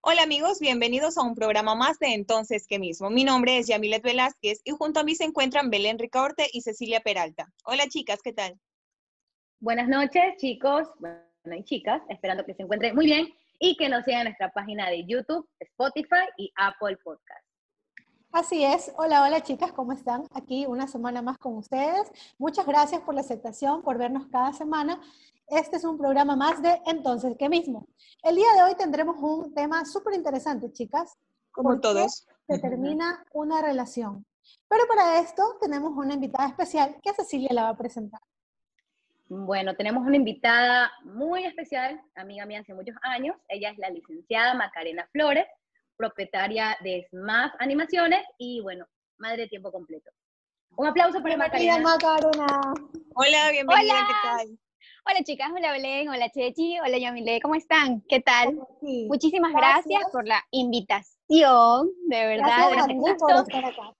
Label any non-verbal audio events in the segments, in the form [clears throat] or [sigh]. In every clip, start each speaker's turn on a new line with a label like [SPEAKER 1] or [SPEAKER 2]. [SPEAKER 1] Hola amigos, bienvenidos a un programa más de Entonces que mismo. Mi nombre es Yamilet Velázquez y junto a mí se encuentran Belén Ricaorte y Cecilia Peralta. Hola chicas, ¿qué tal?
[SPEAKER 2] Buenas noches chicos, bueno y chicas, esperando que se encuentren muy bien y que nos sigan en nuestra página de YouTube, Spotify y Apple Podcast.
[SPEAKER 3] Así es. Hola, hola chicas, ¿cómo están? Aquí una semana más con ustedes. Muchas gracias por la aceptación, por vernos cada semana. Este es un programa más de Entonces, ¿qué mismo? El día de hoy tendremos un tema súper interesante, chicas.
[SPEAKER 1] Como todos.
[SPEAKER 3] Se termina una relación. Pero para esto tenemos una invitada especial que Cecilia la va a presentar.
[SPEAKER 2] Bueno, tenemos una invitada muy especial, amiga mía hace muchos años. Ella es la licenciada Macarena Flores, propietaria de Smart Animaciones y, bueno, madre de tiempo completo. Un aplauso para
[SPEAKER 3] Bienvenida,
[SPEAKER 2] Macarena.
[SPEAKER 3] Macarena.
[SPEAKER 1] Hola, bienvenida,
[SPEAKER 4] Hola.
[SPEAKER 1] ¿qué tal?
[SPEAKER 4] Hola chicas, hola Belén, hola Chechi, hola Yamile, ¿cómo están? ¿Qué tal?
[SPEAKER 3] Sí.
[SPEAKER 4] Muchísimas
[SPEAKER 3] Gracias.
[SPEAKER 4] gracias, por la invitación, de verdad,
[SPEAKER 3] Gracias a
[SPEAKER 4] es,
[SPEAKER 3] ti
[SPEAKER 4] un
[SPEAKER 3] por
[SPEAKER 4] gusto,
[SPEAKER 3] estar acá.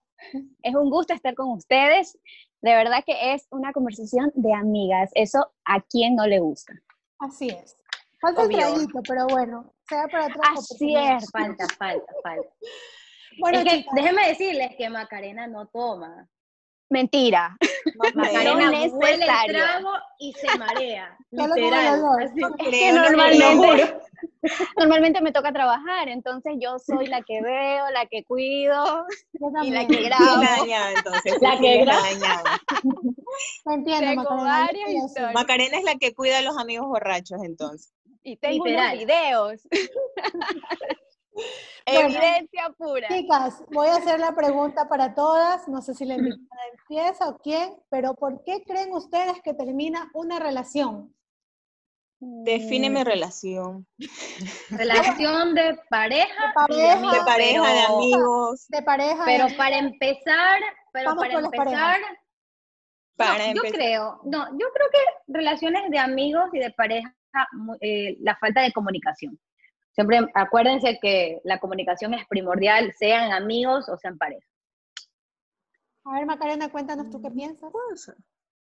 [SPEAKER 4] es un gusto estar con ustedes, de verdad que es una conversación de amigas, eso a quien no le gusta.
[SPEAKER 3] Así es. Falta
[SPEAKER 2] Obvio.
[SPEAKER 3] el traguito, pero bueno, sea para otra
[SPEAKER 4] Así
[SPEAKER 3] oportunidad.
[SPEAKER 4] es,
[SPEAKER 2] Falta, falta, falta.
[SPEAKER 3] [laughs] Bueno,
[SPEAKER 2] es que
[SPEAKER 3] chicas,
[SPEAKER 2] déjenme decirles que Macarena no toma.
[SPEAKER 4] mentira, [laughs]
[SPEAKER 2] Macarena
[SPEAKER 4] No es
[SPEAKER 2] huele el
[SPEAKER 4] necesario.
[SPEAKER 2] trago y se marea.
[SPEAKER 3] [laughs] Solo con el
[SPEAKER 2] literal.
[SPEAKER 3] olor.
[SPEAKER 2] Así.
[SPEAKER 1] No
[SPEAKER 4] es
[SPEAKER 1] creo,
[SPEAKER 4] que
[SPEAKER 1] no creo.
[SPEAKER 2] [laughs]
[SPEAKER 4] normalmente, normalmente me toca trabajar, entonces yo soy la que veo, la que cuido
[SPEAKER 3] yo
[SPEAKER 4] y
[SPEAKER 3] también.
[SPEAKER 4] la
[SPEAKER 2] [laughs]
[SPEAKER 4] que
[SPEAKER 1] Sí, la
[SPEAKER 4] grabo.
[SPEAKER 1] dañada, entonces.
[SPEAKER 2] La
[SPEAKER 1] sí,
[SPEAKER 2] que
[SPEAKER 1] la
[SPEAKER 2] graba.
[SPEAKER 1] dañada.
[SPEAKER 3] Te entiendo,
[SPEAKER 4] Tengo
[SPEAKER 3] Macarena, yo
[SPEAKER 4] varias
[SPEAKER 3] soy así.
[SPEAKER 4] historias.
[SPEAKER 1] Macarena es la que cuida a los amigos borrachos, entonces.
[SPEAKER 4] Y tengo
[SPEAKER 2] Literal.
[SPEAKER 4] unos videos,
[SPEAKER 3] Bueno.
[SPEAKER 4] evidencia pura.
[SPEAKER 3] Chicas, voy a hacer la pregunta para todas, no sé si
[SPEAKER 2] [clears throat]
[SPEAKER 3] la invitada empieza o quién, pero ¿por qué creen ustedes que termina una relación?
[SPEAKER 1] Define mi
[SPEAKER 4] Mm.
[SPEAKER 1] relación.
[SPEAKER 2] Relación de pareja. y
[SPEAKER 3] De pareja.
[SPEAKER 2] amigos,
[SPEAKER 1] De pareja, de
[SPEAKER 2] pero-
[SPEAKER 1] amigos,
[SPEAKER 3] De pareja,
[SPEAKER 2] Pero
[SPEAKER 3] de-
[SPEAKER 2] para empezar, pero
[SPEAKER 3] Vamos
[SPEAKER 2] para
[SPEAKER 3] con las
[SPEAKER 2] empezar,
[SPEAKER 3] parejas.
[SPEAKER 1] para
[SPEAKER 2] no, yo
[SPEAKER 1] empezar.
[SPEAKER 2] creo, no, yo creo que relaciones de amigos y de pareja, mu- eh, la falta de comunicación. Siempre acuérdense que la comunicación es primordial, sean amigos o sean pareja.
[SPEAKER 3] a ver Macarena, cuéntanos tú qué piensas.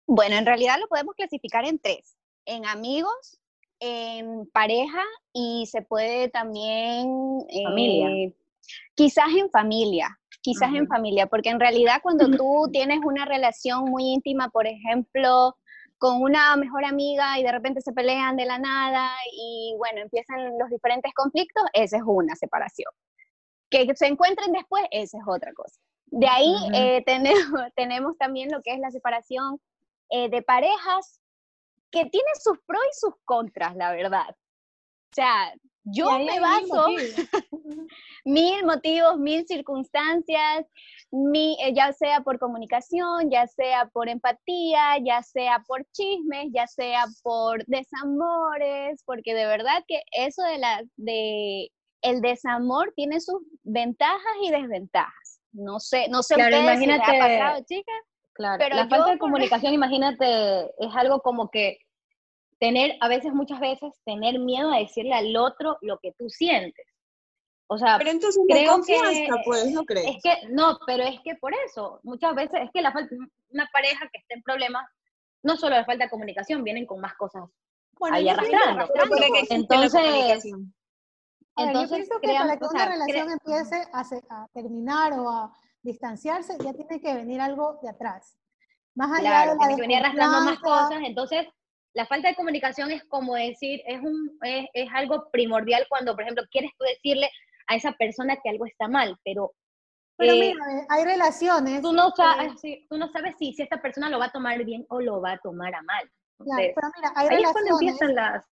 [SPEAKER 4] Bueno, en realidad lo podemos clasificar en tres, en amigos, en pareja y se puede también...
[SPEAKER 2] Familia.
[SPEAKER 4] eh, quizás en familia, quizás en
[SPEAKER 2] Ujú.
[SPEAKER 4] familia, porque en realidad
[SPEAKER 2] [laughs]
[SPEAKER 4] cuando tú tienes una relación muy íntima, por ejemplo, con una mejor amiga y de repente se pelean de la nada y bueno, empiezan los diferentes conflictos, esa es una separación. Que se encuentren después, esa es otra cosa. De ahí
[SPEAKER 2] Ujú.
[SPEAKER 4] eh, [laughs] tenemos, tenemos también lo que es la separación eh, de parejas que tiene sus pros y sus contras, la verdad. O sea,
[SPEAKER 3] Y
[SPEAKER 4] yo
[SPEAKER 3] ahí
[SPEAKER 4] me
[SPEAKER 3] hay mil
[SPEAKER 4] baso
[SPEAKER 3] motivos.
[SPEAKER 4] mil motivos, mil circunstancias, mi- eh, ya sea por comunicación, ya sea por empatía, ya sea por chismes, ya sea por desamores, porque de verdad que eso de la de el desamor tiene sus ventajas y desventajas. No sé, no sé
[SPEAKER 2] Claro,
[SPEAKER 4] ustedes si les ha
[SPEAKER 2] imagínate-
[SPEAKER 4] pasado, chicas.
[SPEAKER 2] Claro,
[SPEAKER 4] Pero
[SPEAKER 2] la
[SPEAKER 4] yo
[SPEAKER 2] falta de
[SPEAKER 4] por-
[SPEAKER 2] comunicación, imagínate, es algo como que tener, a veces, muchas veces, tener miedo a decirle al otro lo que tú sientes. O sea,
[SPEAKER 1] Pero entonces no
[SPEAKER 2] Creo
[SPEAKER 1] confianza,
[SPEAKER 2] que-
[SPEAKER 1] pues, ¿no crees?
[SPEAKER 2] Es que, no, pero es que por eso, muchas veces es que la falta, una pareja que esté en problemas, no solo le falta de comunicación, vienen con más cosas.
[SPEAKER 3] Bueno,
[SPEAKER 2] ahí
[SPEAKER 3] yo
[SPEAKER 2] arrastrando.
[SPEAKER 3] pienso-
[SPEAKER 1] Pero para que existe la
[SPEAKER 2] Entonces,
[SPEAKER 1] comunicación.
[SPEAKER 3] a ver, yo
[SPEAKER 2] Entonces,
[SPEAKER 3] pienso que
[SPEAKER 2] crean-
[SPEAKER 3] para que
[SPEAKER 2] o
[SPEAKER 3] una
[SPEAKER 2] sea,
[SPEAKER 3] relación
[SPEAKER 2] cre-
[SPEAKER 3] empiece a, se- a terminar o a distanciarse, ya tiene que venir algo de atrás. Más allá
[SPEAKER 2] Claro,
[SPEAKER 3] de la
[SPEAKER 2] tienen que venir arrastrando más
[SPEAKER 3] desconfianza,
[SPEAKER 2] cosas, entonces la falta de comunicación es como decir, es, un, es, es algo primordial cuando, por ejemplo, quieres tú decirle a esa persona que algo está mal, pero,
[SPEAKER 3] Pero
[SPEAKER 2] eh,
[SPEAKER 3] mira, eh, ve, hay relaciones
[SPEAKER 2] tú, no sabes, tú no sabes si, si esta persona lo va a tomar bien o lo va a tomar a mal.
[SPEAKER 3] Claro,
[SPEAKER 2] Entonces,
[SPEAKER 3] pero mira, hay
[SPEAKER 2] ahí es cuando
[SPEAKER 3] relaciones
[SPEAKER 2] empiezan las...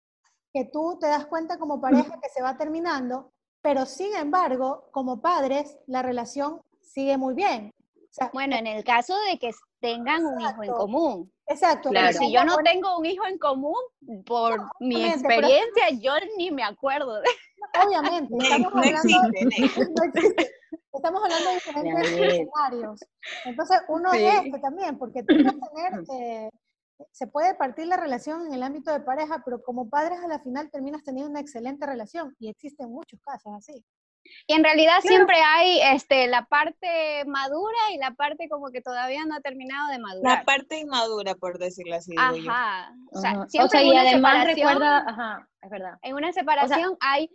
[SPEAKER 3] que tú te das cuenta como pareja que se va terminando, pero sin embargo, como padres, la relación sigue muy bien. O sea,
[SPEAKER 4] Bueno, en el caso de que tengan un hijo en
[SPEAKER 3] Exacto.
[SPEAKER 4] común.
[SPEAKER 3] exacto.
[SPEAKER 4] Pero
[SPEAKER 2] Claro.
[SPEAKER 3] porque
[SPEAKER 4] si yo no tengo un hijo en común, por mi
[SPEAKER 3] obviamente, pero-
[SPEAKER 4] experiencia, yo ni me acuerdo de
[SPEAKER 3] Obviamente,
[SPEAKER 1] No,
[SPEAKER 3] estamos
[SPEAKER 1] no
[SPEAKER 2] [laughs]
[SPEAKER 3] hablando
[SPEAKER 1] existe, no.
[SPEAKER 3] no existe. Estamos hablando de diferentes
[SPEAKER 2] Daniel.
[SPEAKER 3] escenarios. Entonces, uno
[SPEAKER 4] Sí.
[SPEAKER 3] es este también, porque tú puedes tener, eh, se puede partir la relación en el ámbito de pareja, pero como padres a la final terminas teniendo una excelente relación y existen muchos casos así.
[SPEAKER 4] Y en realidad
[SPEAKER 2] Claro.
[SPEAKER 4] siempre hay este, la parte madura y la parte como que todavía no ha terminado de madurar.
[SPEAKER 1] La parte inmadura, por decirlo así. digo yo.
[SPEAKER 4] Ajá. O sea,
[SPEAKER 2] Ajá.
[SPEAKER 4] siempre
[SPEAKER 2] O sea,
[SPEAKER 4] en
[SPEAKER 2] y
[SPEAKER 4] una
[SPEAKER 2] además
[SPEAKER 4] separación,
[SPEAKER 2] recuerda, ajá, es verdad.
[SPEAKER 4] en una separación hay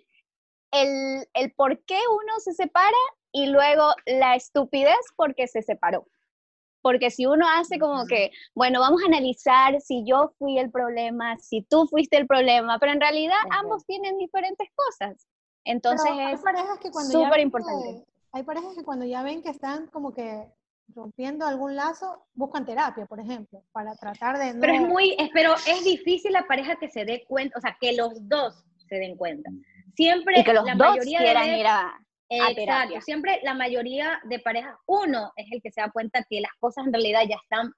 [SPEAKER 4] el, el por qué uno se separa y luego la estupidez porque se separó. Porque si uno hace como que, bueno, vamos a analizar si yo fui el problema, si tú fuiste el problema, pero en realidad
[SPEAKER 2] Ajá.
[SPEAKER 4] ambos tienen diferentes cosas. Entonces
[SPEAKER 3] Pero hay
[SPEAKER 4] es
[SPEAKER 3] parejas que cuando ya
[SPEAKER 4] súper
[SPEAKER 3] ven
[SPEAKER 4] importante.
[SPEAKER 3] que- Hay parejas que cuando ya ven que están como que rompiendo algún lazo, buscan terapia, por ejemplo, para tratar de no...
[SPEAKER 2] Pero es muy, es- pero es difícil la pareja que se dé cuenta, o sea, que los dos se den cuenta. Siempre
[SPEAKER 4] y que los
[SPEAKER 2] la
[SPEAKER 4] dos
[SPEAKER 2] mayoría de
[SPEAKER 4] quieran
[SPEAKER 2] veces- eh,
[SPEAKER 4] ir a...
[SPEAKER 2] Exacto,
[SPEAKER 4] terapia.
[SPEAKER 2] siempre la mayoría de parejas, uno es el que se da cuenta que las cosas en realidad ya están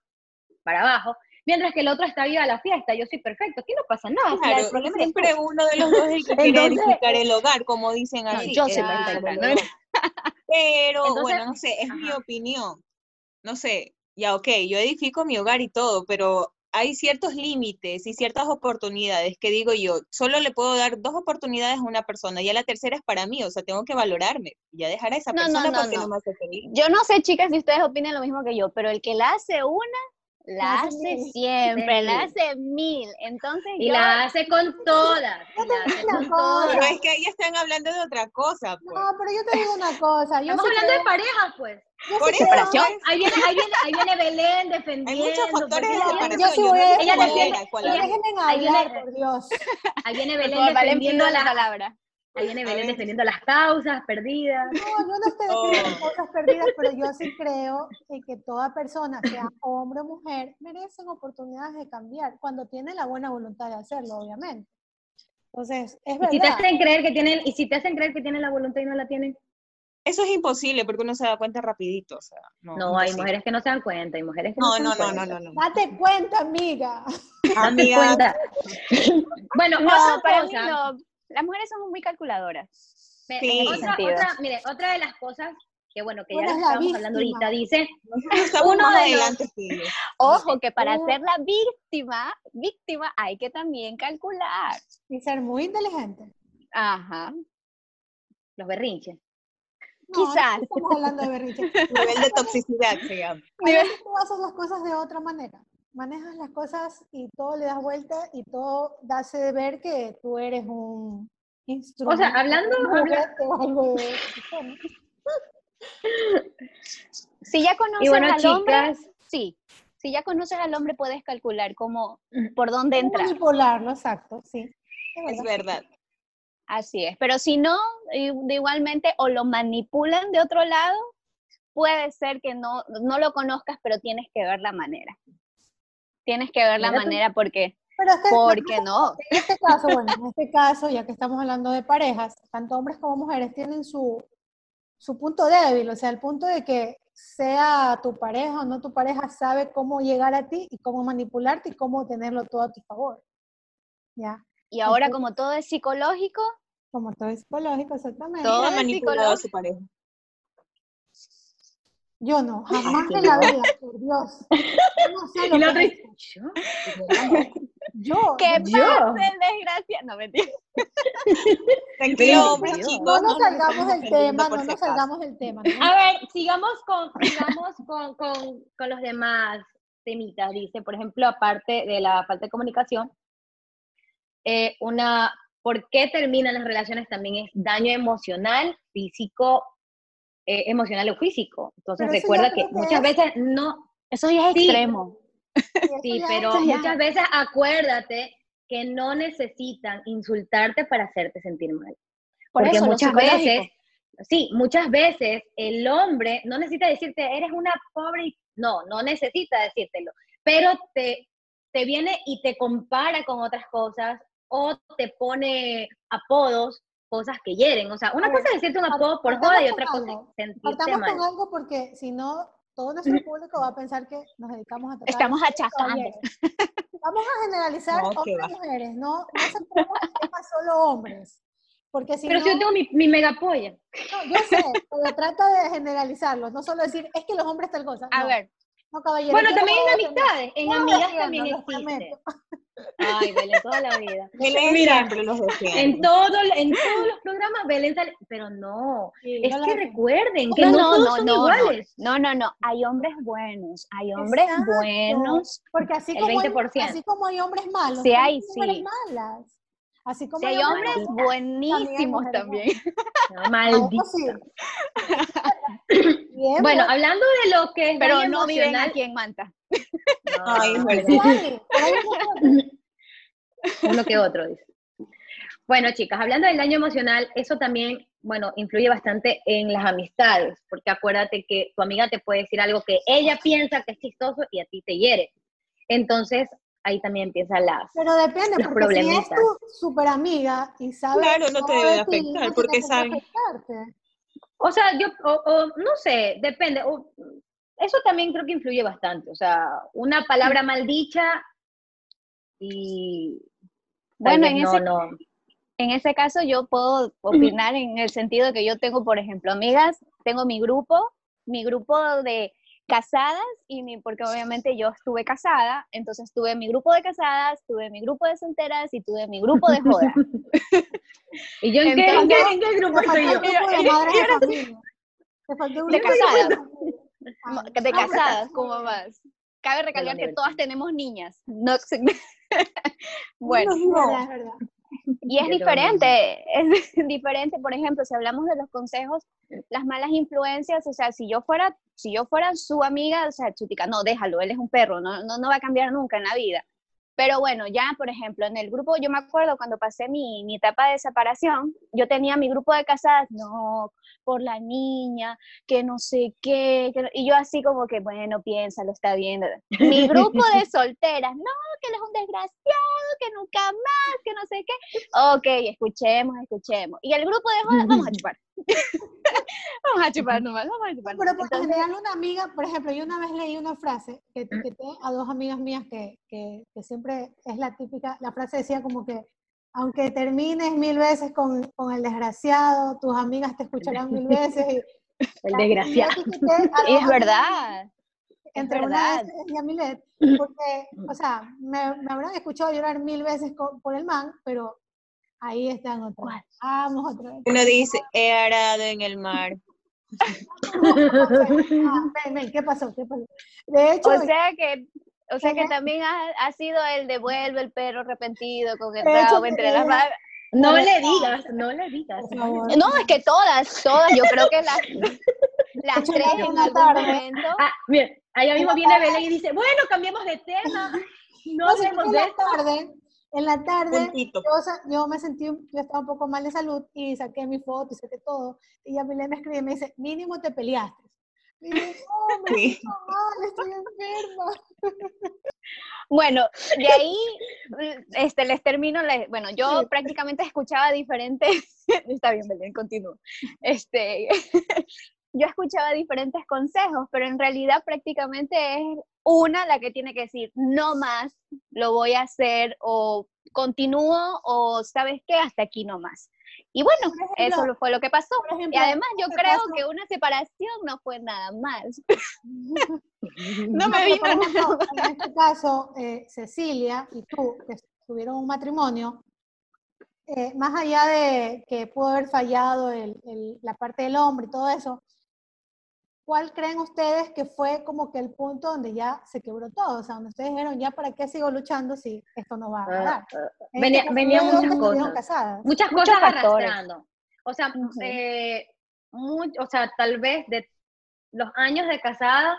[SPEAKER 2] para abajo, mientras que el otro está viva la fiesta, yo soy perfecto, aquí no pasa nada. o sea, el
[SPEAKER 1] Claro,
[SPEAKER 2] problema eres tú.
[SPEAKER 1] siempre uno de los dos es el que quiere
[SPEAKER 4] Entonces-
[SPEAKER 1] edificar el hogar, como dicen
[SPEAKER 4] No,
[SPEAKER 1] así.
[SPEAKER 4] yo soy
[SPEAKER 1] claro,
[SPEAKER 4] perfecta, ¿no?
[SPEAKER 1] claro. Pero
[SPEAKER 2] Entonces,
[SPEAKER 1] bueno, no sé, es mi
[SPEAKER 2] ajá.
[SPEAKER 1] opinión. No sé, ya ok, yo edifico mi hogar y todo, pero hay ciertos límites y ciertas oportunidades que digo yo, solo le puedo dar dos oportunidades a una persona, ya la tercera es para mí, o sea, tengo que valorarme, ya dejar a esa
[SPEAKER 4] No, no,
[SPEAKER 1] persona
[SPEAKER 4] no,
[SPEAKER 1] porque no.
[SPEAKER 4] no.
[SPEAKER 1] me hace feliz.
[SPEAKER 4] Yo no sé, chicas, si ustedes opinan lo mismo que yo, pero el que la hace una,
[SPEAKER 3] La
[SPEAKER 4] la
[SPEAKER 3] hace
[SPEAKER 4] hace
[SPEAKER 3] mil.
[SPEAKER 4] siempre, la
[SPEAKER 2] Sí.
[SPEAKER 4] hace mil. Entonces
[SPEAKER 2] Y
[SPEAKER 4] yo-
[SPEAKER 2] la hace con todas. y
[SPEAKER 3] [laughs]
[SPEAKER 2] la hace con
[SPEAKER 3] cosa.
[SPEAKER 2] todas.
[SPEAKER 1] Pero es que ahí están hablando de otra cosa, pues.
[SPEAKER 3] No, pero yo te digo una cosa, yo
[SPEAKER 2] Estamos
[SPEAKER 3] sí
[SPEAKER 2] hablando de
[SPEAKER 3] creo-
[SPEAKER 2] parejas, pues.
[SPEAKER 3] yo
[SPEAKER 1] Por
[SPEAKER 3] sí
[SPEAKER 1] eso,
[SPEAKER 3] creo-
[SPEAKER 4] Separación.
[SPEAKER 1] pues,
[SPEAKER 2] Ahí viene, ahí viene, ahí viene Belén
[SPEAKER 1] hay
[SPEAKER 2] defendiendo.
[SPEAKER 1] muchos factores de
[SPEAKER 2] porque ella-
[SPEAKER 1] separación.
[SPEAKER 3] yo sí voy
[SPEAKER 1] no
[SPEAKER 3] a-
[SPEAKER 1] sé
[SPEAKER 2] ella
[SPEAKER 1] cuál
[SPEAKER 2] defiende-
[SPEAKER 1] era, cuál
[SPEAKER 3] Pero
[SPEAKER 1] era.
[SPEAKER 2] ella-
[SPEAKER 3] déjenme
[SPEAKER 2] ahí viene-
[SPEAKER 3] hablar, por Dios.
[SPEAKER 2] Ahí
[SPEAKER 4] [laughs]
[SPEAKER 2] viene
[SPEAKER 4] Por
[SPEAKER 2] Belén
[SPEAKER 4] favor, Valen,
[SPEAKER 2] defendiendo
[SPEAKER 4] pida la
[SPEAKER 2] las,
[SPEAKER 4] palabra.
[SPEAKER 2] ahí viene Belén
[SPEAKER 1] ver.
[SPEAKER 2] defendiendo las causas perdidas.
[SPEAKER 3] No, yo no estoy defendiendo
[SPEAKER 1] Oh.
[SPEAKER 3] cosas perdidas, pero yo sí creo en que toda persona, sea hombre o mujer, merecen oportunidades de cambiar cuando tiene la buena voluntad de hacerlo, obviamente. Entonces, es
[SPEAKER 2] Y si te
[SPEAKER 3] verdad.
[SPEAKER 2] hacen creer que tienen, y si te hacen creer que tienen la voluntad y no la tienen.
[SPEAKER 1] Eso es imposible porque uno se da cuenta rapidito, o sea, no.
[SPEAKER 2] No, hay
[SPEAKER 1] imposible.
[SPEAKER 2] mujeres que no se dan cuenta, hay mujeres que no,
[SPEAKER 1] No,
[SPEAKER 2] se dan
[SPEAKER 1] no, no, no,
[SPEAKER 2] cuenta.
[SPEAKER 1] no, no.
[SPEAKER 3] Date cuenta, amiga. [laughs]
[SPEAKER 1] Amiga,
[SPEAKER 2] Cuenta. [laughs] bueno,
[SPEAKER 4] No,
[SPEAKER 2] otra
[SPEAKER 4] para mí
[SPEAKER 2] cosa,
[SPEAKER 4] no. Las mujeres somos muy calculadoras.
[SPEAKER 2] me-
[SPEAKER 1] Sí.
[SPEAKER 2] en
[SPEAKER 4] ese
[SPEAKER 2] otra,
[SPEAKER 4] sentido.
[SPEAKER 2] otra, mire, otra de las cosas que bueno, que ya
[SPEAKER 3] Una
[SPEAKER 2] las
[SPEAKER 3] es la
[SPEAKER 2] estábamos hablando
[SPEAKER 3] víctima.
[SPEAKER 2] ahorita, dice,
[SPEAKER 1] nosotros estamos
[SPEAKER 2] Uno
[SPEAKER 1] más
[SPEAKER 2] de los-
[SPEAKER 1] adelante que ellos.
[SPEAKER 4] Ojo, que para
[SPEAKER 3] Tú-
[SPEAKER 4] ser la víctima, víctima hay que también calcular.
[SPEAKER 3] Y ser muy inteligente.
[SPEAKER 4] Ajá,
[SPEAKER 2] los berrinches.
[SPEAKER 3] No, no
[SPEAKER 4] quizás.
[SPEAKER 3] estamos hablando
[SPEAKER 1] [laughs]
[SPEAKER 3] de berrinche.
[SPEAKER 1] Nivel de toxicidad se
[SPEAKER 2] [laughs]
[SPEAKER 1] llama.
[SPEAKER 3] A veces tú haces las cosas de otra manera. Manejas las cosas y todo le das vuelta y todo hace de ver que tú eres un instrumento.
[SPEAKER 2] hablando-
[SPEAKER 3] un
[SPEAKER 2] habla-
[SPEAKER 3] juguete o algo de ese tono.
[SPEAKER 4] Si ya conoces
[SPEAKER 2] Y bueno,
[SPEAKER 4] al hombre,
[SPEAKER 2] chicas,
[SPEAKER 4] sí. Si ya conoces al hombre, puedes calcular cómo, por dónde entrar.
[SPEAKER 3] Manipularlo, exacto, sí. Es
[SPEAKER 1] Es
[SPEAKER 3] verdad.
[SPEAKER 1] verdad.
[SPEAKER 4] Así es. Pero si no, i- de igualmente, o lo manipulan de otro lado, puede ser que no, no lo conozcas, pero tienes que ver la manera. Tienes que ver la
[SPEAKER 2] Mira tú.
[SPEAKER 4] manera porque,
[SPEAKER 3] Pero es que
[SPEAKER 4] porque no.
[SPEAKER 3] en este caso, bueno, en este caso, ya que estamos hablando de parejas, tanto hombres como mujeres tienen su, su punto débil, o sea, el punto de que sea tu pareja o no tu pareja sabe cómo llegar a ti y cómo manipularte y cómo tenerlo todo a tu favor. Ya,
[SPEAKER 4] Y ahora,
[SPEAKER 3] Ujú.
[SPEAKER 4] como todo es psicológico,
[SPEAKER 3] como todo es psicológico, exactamente.
[SPEAKER 1] Todo
[SPEAKER 4] es
[SPEAKER 1] manipulado a su pareja.
[SPEAKER 3] Yo no, jamás
[SPEAKER 2] sí,
[SPEAKER 3] en la vida, por Dios. Yo no sé
[SPEAKER 2] [laughs]
[SPEAKER 3] lo
[SPEAKER 2] y la
[SPEAKER 3] que
[SPEAKER 2] otra
[SPEAKER 3] es
[SPEAKER 2] dice, yo,
[SPEAKER 3] yo.
[SPEAKER 4] ¿qué
[SPEAKER 2] Yo.
[SPEAKER 4] pasa, desgracia? No, mentira.
[SPEAKER 1] Tranquilo, hombres,
[SPEAKER 2] Dios.
[SPEAKER 1] chicos.
[SPEAKER 3] No nos salgamos
[SPEAKER 1] estamos
[SPEAKER 3] del
[SPEAKER 1] perdiendo
[SPEAKER 3] tema,
[SPEAKER 1] por
[SPEAKER 3] no
[SPEAKER 1] si
[SPEAKER 3] nos
[SPEAKER 1] acaso.
[SPEAKER 3] salgamos del tema. ¿no?
[SPEAKER 2] A ver, sigamos con, sigamos con, con, con los demás temitas. Dice, por ejemplo, aparte de la falta de comunicación, eh, una, ¿por qué terminan las relaciones también es daño emocional, físico, eh, emocional o físico? Entonces
[SPEAKER 3] Pero eso ya
[SPEAKER 2] recuerda que
[SPEAKER 3] creo que
[SPEAKER 2] muchas
[SPEAKER 3] es-
[SPEAKER 2] veces no,
[SPEAKER 4] Eso ya es
[SPEAKER 2] Sí.
[SPEAKER 4] extremo.
[SPEAKER 3] Y eso
[SPEAKER 2] sí,
[SPEAKER 3] ya
[SPEAKER 2] pero
[SPEAKER 3] es-
[SPEAKER 2] muchas veces acuérdate que no necesitan insultarte para hacerte sentir mal.
[SPEAKER 4] Por
[SPEAKER 2] Porque
[SPEAKER 4] eso, lo
[SPEAKER 2] muchas
[SPEAKER 4] psicológico.
[SPEAKER 2] veces, sí, muchas veces el hombre no necesita decirte, eres una pobre, y-". no, no necesita decírtelo, pero te, te viene y te compara con otras cosas o te pone apodos, cosas que hieren. O sea, una
[SPEAKER 3] A
[SPEAKER 2] cosa
[SPEAKER 3] ver,
[SPEAKER 2] es decirte un
[SPEAKER 3] par-
[SPEAKER 2] apodo por
[SPEAKER 3] partamos
[SPEAKER 2] joda y este
[SPEAKER 3] con
[SPEAKER 2] otra cosa
[SPEAKER 3] algo,
[SPEAKER 2] es sentirte
[SPEAKER 3] Partamos
[SPEAKER 2] mal.
[SPEAKER 3] con algo porque si no, todo nuestro público va a pensar que nos dedicamos a tratar
[SPEAKER 4] Estamos
[SPEAKER 3] hombres y
[SPEAKER 4] achacando.
[SPEAKER 3] caballeros. Vamos a generalizar
[SPEAKER 1] No, qué
[SPEAKER 3] hombres
[SPEAKER 1] va.
[SPEAKER 3] y mujeres, no, no centremos el tema solo hombres. Porque si
[SPEAKER 2] Pero
[SPEAKER 3] no,
[SPEAKER 2] si yo tengo mi, mi mega polla.
[SPEAKER 3] no, yo sé, pero trata de generalizarlo, no solo decir, es que los hombres tal cosa.
[SPEAKER 4] A
[SPEAKER 3] no,
[SPEAKER 4] ver,
[SPEAKER 3] no, caballero,
[SPEAKER 2] Bueno,
[SPEAKER 3] yo
[SPEAKER 2] también
[SPEAKER 3] no,
[SPEAKER 2] en
[SPEAKER 3] yo no.
[SPEAKER 2] amistades, en
[SPEAKER 3] No,
[SPEAKER 2] amigas
[SPEAKER 3] no,
[SPEAKER 2] también
[SPEAKER 3] no, los
[SPEAKER 2] existe.
[SPEAKER 3] prometo.
[SPEAKER 2] Ay, Belén, toda la vida.
[SPEAKER 3] [laughs]
[SPEAKER 1] Belén
[SPEAKER 2] Mira,
[SPEAKER 1] siempre los defiende.
[SPEAKER 2] En, todo, en todos los programas Belén sale, pero no,
[SPEAKER 3] Sí,
[SPEAKER 2] Es
[SPEAKER 3] yo las
[SPEAKER 2] que
[SPEAKER 3] defiendo.
[SPEAKER 2] recuerden que
[SPEAKER 4] no,
[SPEAKER 2] no,
[SPEAKER 4] no,
[SPEAKER 2] todos
[SPEAKER 4] no,
[SPEAKER 2] son
[SPEAKER 4] no, no, [laughs]
[SPEAKER 2] iguales.
[SPEAKER 4] no, no, no, hay hombres buenos, hay hombres
[SPEAKER 3] Exacto.
[SPEAKER 4] buenos.
[SPEAKER 3] Porque así
[SPEAKER 2] El
[SPEAKER 3] como, hay,
[SPEAKER 2] 20%.
[SPEAKER 3] así como hay hombres malos,
[SPEAKER 4] Sí
[SPEAKER 3] también
[SPEAKER 4] hay,
[SPEAKER 3] hay hombres
[SPEAKER 4] sí.
[SPEAKER 3] malas. Así como
[SPEAKER 4] Sí, hay
[SPEAKER 3] yo-
[SPEAKER 4] hombres
[SPEAKER 2] maldita.
[SPEAKER 4] buenísimos
[SPEAKER 3] También
[SPEAKER 4] también.
[SPEAKER 2] No,
[SPEAKER 3] Ah,
[SPEAKER 2] maldito.
[SPEAKER 3] sí.
[SPEAKER 2] [laughs]
[SPEAKER 3] Bien, pues.
[SPEAKER 2] Bueno, hablando de lo que es
[SPEAKER 4] Pero
[SPEAKER 2] daño
[SPEAKER 4] no viven
[SPEAKER 2] emocional-
[SPEAKER 4] aquí en Manta.
[SPEAKER 2] No,
[SPEAKER 1] Ay,
[SPEAKER 2] no,
[SPEAKER 1] bueno.
[SPEAKER 3] pues, dale, por ahí no-
[SPEAKER 2] [laughs] uno que otro, dice. Bueno, chicas, hablando del daño emocional, eso también, bueno, influye bastante en las amistades, porque acuérdate que tu amiga te puede decir algo que ella piensa que es chistoso y a ti te hiere. Entonces, ahí también empiezan las...
[SPEAKER 3] Pero depende,
[SPEAKER 2] Los
[SPEAKER 3] porque si es
[SPEAKER 2] problemitas.
[SPEAKER 3] tu super amiga y sabes
[SPEAKER 1] Claro, no te
[SPEAKER 3] todo
[SPEAKER 1] debe
[SPEAKER 3] de ti,
[SPEAKER 1] afectar,
[SPEAKER 3] no tiene
[SPEAKER 1] porque
[SPEAKER 3] por qué
[SPEAKER 1] saben.
[SPEAKER 3] afectarte.
[SPEAKER 2] O sea, yo, o, o, no sé, depende. o- eso también creo que influye bastante. O sea, una palabra mal dicha y... tal
[SPEAKER 4] Bueno,
[SPEAKER 2] vez
[SPEAKER 4] en
[SPEAKER 2] no,
[SPEAKER 4] ese,
[SPEAKER 2] no.
[SPEAKER 4] en ese caso yo puedo opinar en el sentido de que yo tengo, por ejemplo, amigas, tengo mi grupo, mi grupo de casadas y mi, porque obviamente yo estuve casada, entonces tuve mi grupo de casadas, tuve mi grupo de solteras y tuve mi grupo de
[SPEAKER 2] [laughs]
[SPEAKER 4] joda.
[SPEAKER 2] ¿Y yo en, qué- en qué, en qué grupo
[SPEAKER 3] Te faltó
[SPEAKER 2] estoy
[SPEAKER 3] el
[SPEAKER 2] yo?
[SPEAKER 3] grupo de madres de familia. Te faltó el grupo madres
[SPEAKER 4] De
[SPEAKER 3] de
[SPEAKER 4] casadas.
[SPEAKER 3] familia.
[SPEAKER 4] Mo-
[SPEAKER 3] Ah,
[SPEAKER 4] de
[SPEAKER 3] ah, bueno.
[SPEAKER 4] casadas como más. Cabe recalcar que
[SPEAKER 2] universidad.
[SPEAKER 4] todas tenemos niñas. [laughs] No, se- bueno,
[SPEAKER 3] Es verdad, es verdad.
[SPEAKER 4] y es
[SPEAKER 2] Yo tengo
[SPEAKER 4] diferente, [laughs] es diferente, por ejemplo, si hablamos de los consejos, las malas influencias, o sea, si yo fuera, si yo fuera su amiga, o sea, chutica, no, déjalo, él es un perro, no, no, no va a cambiar nunca en la vida. Pero bueno, ya, por ejemplo, en el grupo, yo me acuerdo cuando pasé mi, mi etapa de separación, yo tenía mi grupo de casadas, no, por la niña, que no sé qué, que no- y yo así como que, bueno, piénsalo, está bien.
[SPEAKER 3] [laughs]
[SPEAKER 4] Mi grupo de solteras, no, que él es un desgraciado, que nunca más, que no sé qué. Ok, escuchemos, escuchemos. Y el grupo de jodas, vamos a chupar. [laughs] vamos a chupar nomás, vamos a chupar.
[SPEAKER 3] Pero por lo
[SPEAKER 4] Entonces,
[SPEAKER 3] general una amiga, por ejemplo, yo una vez leí una frase que
[SPEAKER 2] Mm.
[SPEAKER 3] que tengo a dos amigas mías que, que, que siempre es la típica, la frase decía como que, aunque termines mil veces con, con el desgraciado, tus amigas te escucharán mil veces. y-
[SPEAKER 2] El
[SPEAKER 3] y yo
[SPEAKER 2] desgraciado.
[SPEAKER 3] etiqueté a dos
[SPEAKER 4] y [laughs] es
[SPEAKER 3] amigas
[SPEAKER 4] verdad. Es
[SPEAKER 3] entre una
[SPEAKER 4] verdad.
[SPEAKER 3] de esas y
[SPEAKER 4] [clears throat]
[SPEAKER 3] Yamilet, porque, o sea, me, me habrán escuchado llorar mil veces co- por el man, pero ahí están otra vez. Vamos otra vez.
[SPEAKER 1] Uno dice, he arado en el
[SPEAKER 2] [laughs]
[SPEAKER 1] mar.
[SPEAKER 3] Ah,
[SPEAKER 4] [laughs]
[SPEAKER 3] ven, ven, ¿qué pasó? ¿Qué pasó? De hecho,
[SPEAKER 4] O sea que, o sea que
[SPEAKER 3] Ajá.
[SPEAKER 4] también ha, ha sido el devuelve el perro arrepentido con el
[SPEAKER 3] De hecho,
[SPEAKER 4] rabo entre las
[SPEAKER 3] sí.
[SPEAKER 4] manos.
[SPEAKER 2] No le digas, no le digas.
[SPEAKER 3] por favor.
[SPEAKER 4] No, es que todas, todas, yo
[SPEAKER 3] [laughs]
[SPEAKER 4] creo que las, las
[SPEAKER 3] hecho,
[SPEAKER 4] tres
[SPEAKER 3] yo
[SPEAKER 4] en
[SPEAKER 3] una
[SPEAKER 4] algún
[SPEAKER 3] tarde-
[SPEAKER 4] momento.
[SPEAKER 2] Ah, mira, allá mismo viene Belén y dice, bueno, cambiemos de tema,
[SPEAKER 4] [laughs]
[SPEAKER 2] no
[SPEAKER 3] No, sino que
[SPEAKER 2] hablemos de
[SPEAKER 3] en la
[SPEAKER 2] esto.
[SPEAKER 3] tarde, en la tarde,
[SPEAKER 1] Puntito.
[SPEAKER 3] yo, sa- yo me sentí, un- yo estaba un poco mal de salud y saqué mi foto y saqué todo. Y Yamilet me escribe y me dice, mínimo te peleaste. Y yo, no, me
[SPEAKER 1] Sí.
[SPEAKER 2] [laughs]
[SPEAKER 3] siento mal, estoy enferma.
[SPEAKER 4] [laughs] Bueno, de ahí este, les termino, la- bueno, yo prácticamente escuchaba diferentes, [laughs] está bien, Belén, continúo. Este, [laughs] yo escuchaba diferentes consejos, pero en realidad prácticamente es una la que tiene que decir, no más, lo voy a hacer, o continúo, o sabes qué, hasta aquí no más. Y bueno,
[SPEAKER 3] Por ejemplo,
[SPEAKER 4] eso lo- fue lo que pasó.
[SPEAKER 3] Por
[SPEAKER 4] Y
[SPEAKER 3] ejemplo,
[SPEAKER 4] además yo
[SPEAKER 3] ¿qué
[SPEAKER 4] creo
[SPEAKER 3] pasó?
[SPEAKER 4] que una separación no fue nada más.
[SPEAKER 3] [laughs] No,
[SPEAKER 4] No me
[SPEAKER 3] pero,
[SPEAKER 4] vino
[SPEAKER 3] por
[SPEAKER 4] nada
[SPEAKER 3] ejemplo, En este caso, eh, Cecilia y tú, que tuvieron un matrimonio, eh, más allá de que pudo haber fallado el- el- la parte del hombre y todo eso, ¿cuál creen ustedes que fue como que el punto donde ya se quebró todo? O sea, donde ustedes dijeron, ya para qué sigo luchando si esto no va a parar. este
[SPEAKER 2] Ah, ah, venía- venían muchas cosas.
[SPEAKER 3] casadas.
[SPEAKER 2] muchas
[SPEAKER 4] Muchos
[SPEAKER 2] cosas
[SPEAKER 4] factores.
[SPEAKER 2] arrastrando. O sea,
[SPEAKER 4] Ujú.
[SPEAKER 2] eh, much- o sea, tal vez de los años de casada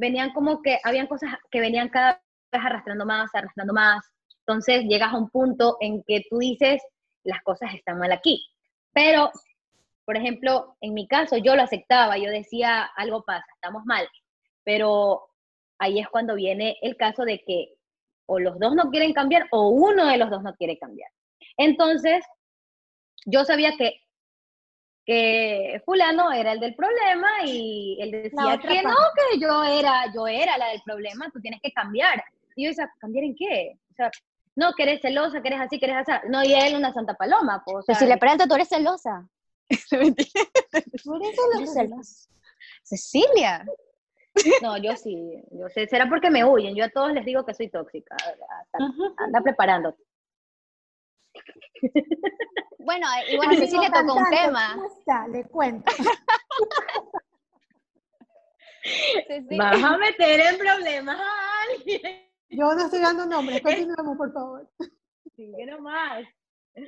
[SPEAKER 2] venían como que habían cosas que venían cada vez arrastrando más, arrastrando más. Entonces llegas a un punto en que tú dices, las cosas están mal aquí. Pero, por ejemplo, en mi caso yo lo aceptaba, yo decía, algo pasa, estamos mal. Pero ahí es cuando viene el caso de que o los dos no quieren cambiar o uno de los dos no quiere cambiar. Entonces, yo sabía que, que fulano era el del problema y él
[SPEAKER 3] La
[SPEAKER 2] decía
[SPEAKER 3] otra
[SPEAKER 2] que no,
[SPEAKER 3] parte.
[SPEAKER 2] que yo era, yo era la del problema, tú tienes que cambiar. Y yo decía, ¿cambiar en qué? O sea, no, que eres celosa, que eres así, que eres así. No, y él una santa paloma, pues. o
[SPEAKER 4] Pero
[SPEAKER 2] sea,
[SPEAKER 4] si le pregunto, tú eres celosa. Mentira,
[SPEAKER 3] Por eso
[SPEAKER 4] tú
[SPEAKER 3] lo
[SPEAKER 4] eres
[SPEAKER 3] que-
[SPEAKER 4] celosa. Cecilia.
[SPEAKER 2] No, yo sí, yo sé, será porque me huyen, yo a todos les digo que soy tóxica, anda, anda preparándote.
[SPEAKER 4] Bueno, igual
[SPEAKER 3] Amigo
[SPEAKER 4] Cecilia tocó un
[SPEAKER 3] cantante,
[SPEAKER 4] tema.
[SPEAKER 3] ¿cómo está? Le cuento.
[SPEAKER 4] Ceci-
[SPEAKER 2] Vas a meter en problemas a alguien,
[SPEAKER 3] Yo no estoy dando nombres, continuemos, por favor.
[SPEAKER 2] Sí, yo no más.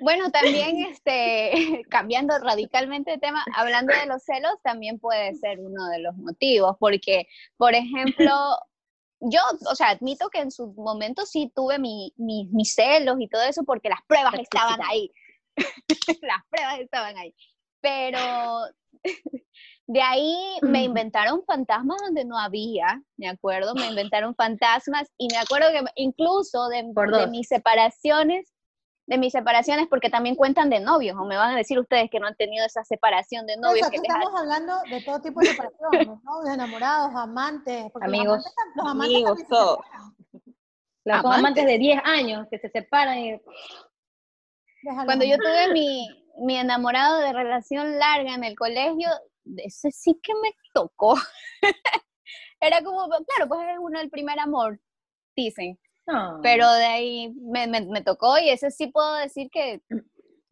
[SPEAKER 4] Bueno, también este, [laughs] cambiando radicalmente de tema, hablando de los celos, también puede ser uno de los motivos, porque, por ejemplo, yo, o sea, admito que en su momento sí tuve mi, mi- mis celos y todo eso, porque las pruebas estaban ahí. [laughs] las pruebas estaban ahí. Pero [laughs] de ahí
[SPEAKER 2] [clears throat]
[SPEAKER 4] me inventaron fantasmas donde no había, me acuerdo, me inventaron fantasmas y me acuerdo que incluso de,
[SPEAKER 2] Por
[SPEAKER 4] de
[SPEAKER 2] dos.
[SPEAKER 4] mis separaciones, de mis separaciones, porque también cuentan de novios, o me van a decir ustedes que no han tenido esa separación de
[SPEAKER 3] Entonces,
[SPEAKER 4] novios.
[SPEAKER 3] aquí
[SPEAKER 4] que les ha-
[SPEAKER 3] estamos hablando de todo tipo de separaciones, ¿no? De enamorados, amantes, porque
[SPEAKER 2] Amigos.
[SPEAKER 3] los amantes, tam- los amantes
[SPEAKER 1] Amigos,
[SPEAKER 3] también se
[SPEAKER 1] todo.
[SPEAKER 3] separan.
[SPEAKER 2] Los con amantes de 10 años que se separan y
[SPEAKER 3] Déjalo,
[SPEAKER 4] Cuando yo
[SPEAKER 3] amor.
[SPEAKER 4] tuve mi, mi enamorado de relación larga en el colegio, de ese sí que me tocó. [laughs] Era como, claro, pues es uno el primer amor, dicen.
[SPEAKER 2] no.
[SPEAKER 4] Pero de ahí me, me- me tocó y ese sí puedo decir que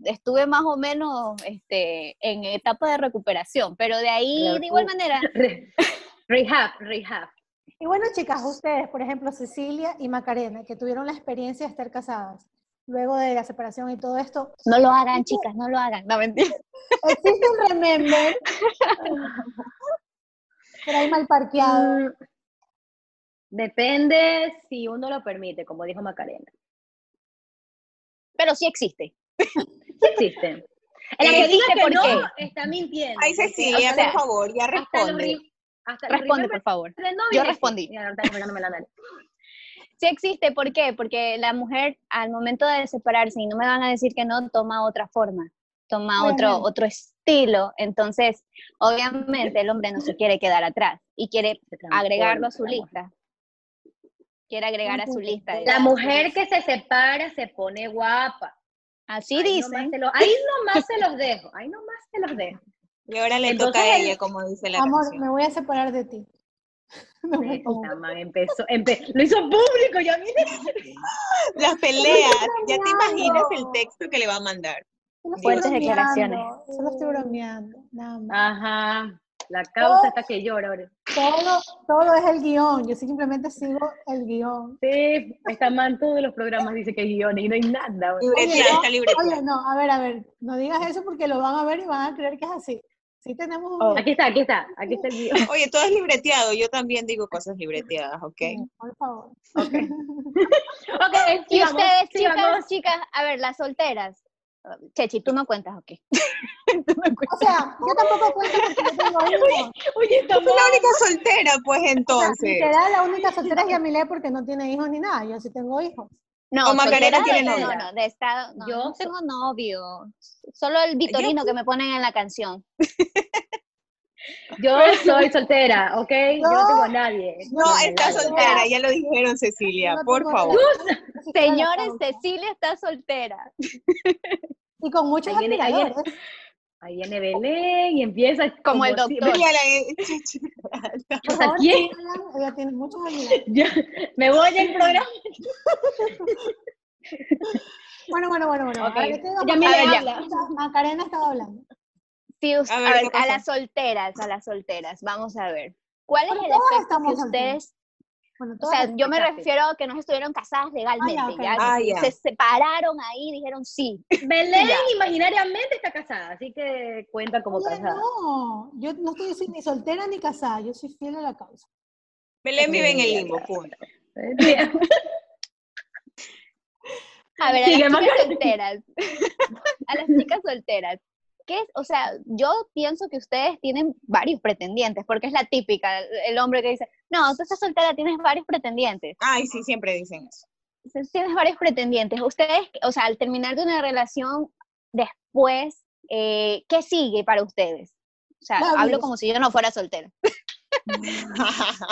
[SPEAKER 4] estuve más o menos este, en etapa de recuperación, pero de ahí de igual
[SPEAKER 2] Recu-
[SPEAKER 4] manera,
[SPEAKER 2] Re- rehab, rehab.
[SPEAKER 3] Y bueno, chicas, ustedes, por ejemplo, Cecilia y Macarena, que tuvieron la experiencia de estar casadas luego de la separación y todo esto,
[SPEAKER 4] no lo hagan chicas, no lo hagan, [laughs] no mentira.
[SPEAKER 3] ¿existe un remember? Por ahí mal parqueado.
[SPEAKER 2] Mm, Depende si uno lo permite, como dijo Macarena.
[SPEAKER 4] Pero sí existe.
[SPEAKER 2] Sí Eh, existen. La que diga
[SPEAKER 4] Existe,
[SPEAKER 2] que
[SPEAKER 4] ¿por
[SPEAKER 2] no
[SPEAKER 4] qué?
[SPEAKER 2] está mintiendo.
[SPEAKER 1] Ay,
[SPEAKER 2] porque,
[SPEAKER 1] Cecilia,
[SPEAKER 2] o sea,
[SPEAKER 1] por favor, ya
[SPEAKER 2] hasta los
[SPEAKER 1] responde.
[SPEAKER 2] ri- hasta los
[SPEAKER 4] Responde,
[SPEAKER 2] remembers
[SPEAKER 4] por favor.
[SPEAKER 2] de novios
[SPEAKER 4] Yo
[SPEAKER 2] existen.
[SPEAKER 4] respondí.
[SPEAKER 2] Ya, ahorita mirándome la nariz.
[SPEAKER 4] Sí existe, ¿por qué? Porque la mujer al momento de separarse, y no me van a decir que no, toma otra forma, toma otro,
[SPEAKER 3] Obviamente.
[SPEAKER 4] otro estilo. Entonces, obviamente el hombre no se quiere quedar atrás y quiere
[SPEAKER 2] Se transforma
[SPEAKER 4] agregarlo a su
[SPEAKER 2] la mujer.
[SPEAKER 4] lista. Quiere agregar a su
[SPEAKER 3] Entonces,
[SPEAKER 4] lista.
[SPEAKER 2] La
[SPEAKER 4] digamos.
[SPEAKER 2] mujer que se separa se pone guapa.
[SPEAKER 4] Así
[SPEAKER 2] ahí Nomás
[SPEAKER 4] dicen.
[SPEAKER 2] se lo- ahí nomás se los dejo. Ahí nomás se los
[SPEAKER 4] [laughs]
[SPEAKER 2] dejo.
[SPEAKER 1] Y ahora le
[SPEAKER 2] Entonces
[SPEAKER 1] toca a
[SPEAKER 2] el-
[SPEAKER 1] ella, como dice la
[SPEAKER 3] Amor,
[SPEAKER 1] canción.
[SPEAKER 3] me voy a separar de ti. [laughs] No me
[SPEAKER 2] Esta
[SPEAKER 3] pongas.
[SPEAKER 2] man empezó, empe- lo hizo público, ya mire.
[SPEAKER 1] Las peleas, ya te
[SPEAKER 3] bromeando.
[SPEAKER 1] imaginas el texto que le va a mandar.
[SPEAKER 3] Solo estoy
[SPEAKER 4] Fuertes
[SPEAKER 3] bromeando,
[SPEAKER 4] declaraciones.
[SPEAKER 3] Solo estoy bromeando. Nada más.
[SPEAKER 2] Ajá. La
[SPEAKER 4] Oh.
[SPEAKER 2] causa está que llora ahora.
[SPEAKER 3] Todo, todo es el guión. Yo simplemente sigo el guión.
[SPEAKER 2] Sí, esta man todos los programas dice que hay guiones y no hay nada. güey.
[SPEAKER 1] Libreteada,
[SPEAKER 3] no,
[SPEAKER 1] está libreteada.
[SPEAKER 3] Oye, no, a ver, a ver. No digas eso porque lo van a ver y van a creer que es así. Sí tenemos un guión.
[SPEAKER 2] Aquí está, aquí está, aquí está el
[SPEAKER 4] [laughs]
[SPEAKER 2] guión.
[SPEAKER 1] Oye, todo es libreteado. Yo también digo cosas libreteadas, ¿ok?
[SPEAKER 3] Por favor.
[SPEAKER 2] Ok,
[SPEAKER 4] Y
[SPEAKER 2] sigamos,
[SPEAKER 4] ustedes,
[SPEAKER 2] sigamos.
[SPEAKER 4] chicas, chicas, a ver, las solteras. Chechi, tú no cuentas, ¿ok? Tú
[SPEAKER 3] [laughs]
[SPEAKER 4] no
[SPEAKER 3] O
[SPEAKER 4] cuentas.
[SPEAKER 3] sea, yo tampoco cuento porque yo tengo hijos.
[SPEAKER 2] Oye, esta
[SPEAKER 1] Tú
[SPEAKER 4] [laughs]
[SPEAKER 1] eres la
[SPEAKER 2] man-
[SPEAKER 1] única soltera, pues
[SPEAKER 3] O sea,
[SPEAKER 1] entonces.
[SPEAKER 3] literal, la única soltera es Yamile porque no tiene hijos ni nada. Yo sí tengo hijos.
[SPEAKER 4] No,
[SPEAKER 1] O Macarena
[SPEAKER 4] soltera
[SPEAKER 1] tiene
[SPEAKER 4] de- no,
[SPEAKER 2] novio.
[SPEAKER 4] no, de estado. no,
[SPEAKER 2] Yo
[SPEAKER 4] no
[SPEAKER 2] so-
[SPEAKER 4] tengo novio. Solo el Vitorino que me ponen en la canción.
[SPEAKER 2] Yo soy soltera, ¿ok? Yo no tengo a nadie.
[SPEAKER 1] No,
[SPEAKER 2] Con
[SPEAKER 1] está
[SPEAKER 2] nadie.
[SPEAKER 1] soltera, ya lo dijeron Cecilia,
[SPEAKER 3] Yo no
[SPEAKER 1] por
[SPEAKER 3] tengo
[SPEAKER 1] favor.
[SPEAKER 3] relación, así que la
[SPEAKER 4] Señores,
[SPEAKER 3] causa.
[SPEAKER 4] Cecilia está soltera.
[SPEAKER 3] Y con muchos
[SPEAKER 2] Ahí viene- ahí viene-
[SPEAKER 3] admiradores.
[SPEAKER 2] Ahí viene Belén y empieza
[SPEAKER 4] Como el
[SPEAKER 2] si-
[SPEAKER 4] doctor.
[SPEAKER 1] Mira, la-
[SPEAKER 2] O sea,
[SPEAKER 3] Por favor,
[SPEAKER 2] ¿quién?
[SPEAKER 3] síganla, Ella tiene muchos admiradores.
[SPEAKER 2] Yo- me voy del
[SPEAKER 4] [laughs]
[SPEAKER 2] programa.
[SPEAKER 3] Bueno, bueno, bueno, bueno.
[SPEAKER 2] Ok.
[SPEAKER 3] ahora yo te digo,
[SPEAKER 2] Yamile,
[SPEAKER 3] Macarena,
[SPEAKER 2] habla.
[SPEAKER 3] escucha, Macarena estaba hablando.
[SPEAKER 4] Sí, us-
[SPEAKER 1] A
[SPEAKER 4] a,
[SPEAKER 1] ver,
[SPEAKER 4] ver,
[SPEAKER 1] ¿qué
[SPEAKER 4] a
[SPEAKER 1] pasó?
[SPEAKER 4] las solteras, a las solteras, vamos a ver. ¿Cuál es
[SPEAKER 3] Pero
[SPEAKER 4] el
[SPEAKER 3] todas
[SPEAKER 4] aspecto que
[SPEAKER 3] estamos solteras.
[SPEAKER 4] ustedes,
[SPEAKER 3] Bueno,
[SPEAKER 4] o
[SPEAKER 3] todas
[SPEAKER 4] sea,
[SPEAKER 3] las-
[SPEAKER 4] yo me
[SPEAKER 2] solteras, sí.
[SPEAKER 4] refiero a que no estuvieron casadas legalmente,
[SPEAKER 3] ok.
[SPEAKER 4] ya,
[SPEAKER 1] Ah, ya.
[SPEAKER 4] se separaron ahí y dijeron sí.
[SPEAKER 2] Belén
[SPEAKER 4] Ya.
[SPEAKER 2] imaginariamente está casada, así que cuenta como
[SPEAKER 3] Oye,
[SPEAKER 2] casada.
[SPEAKER 3] no, yo no estoy soy ni soltera ni casada, yo soy fiel a la causa.
[SPEAKER 1] [laughs] Belén vive en el limbo, punto.
[SPEAKER 2] Sí.
[SPEAKER 4] A ver, a
[SPEAKER 2] Sigue,
[SPEAKER 4] las chicas
[SPEAKER 2] Macarena.
[SPEAKER 4] solteras. a las chicas solteras. ¿Qué es? O sea, yo pienso que ustedes tienen varios pretendientes, porque es la típica, el- el hombre que dice, no, tú estás soltera, tienes varios pretendientes.
[SPEAKER 1] Ay, sí, siempre dicen eso. [laughs]
[SPEAKER 4] se- tienes varios pretendientes. Ustedes, o sea, al terminar de una relación, después, eh, ¿qué sigue para ustedes? O sea,
[SPEAKER 3] Labios.
[SPEAKER 4] hablo como si yo no fuera soltera.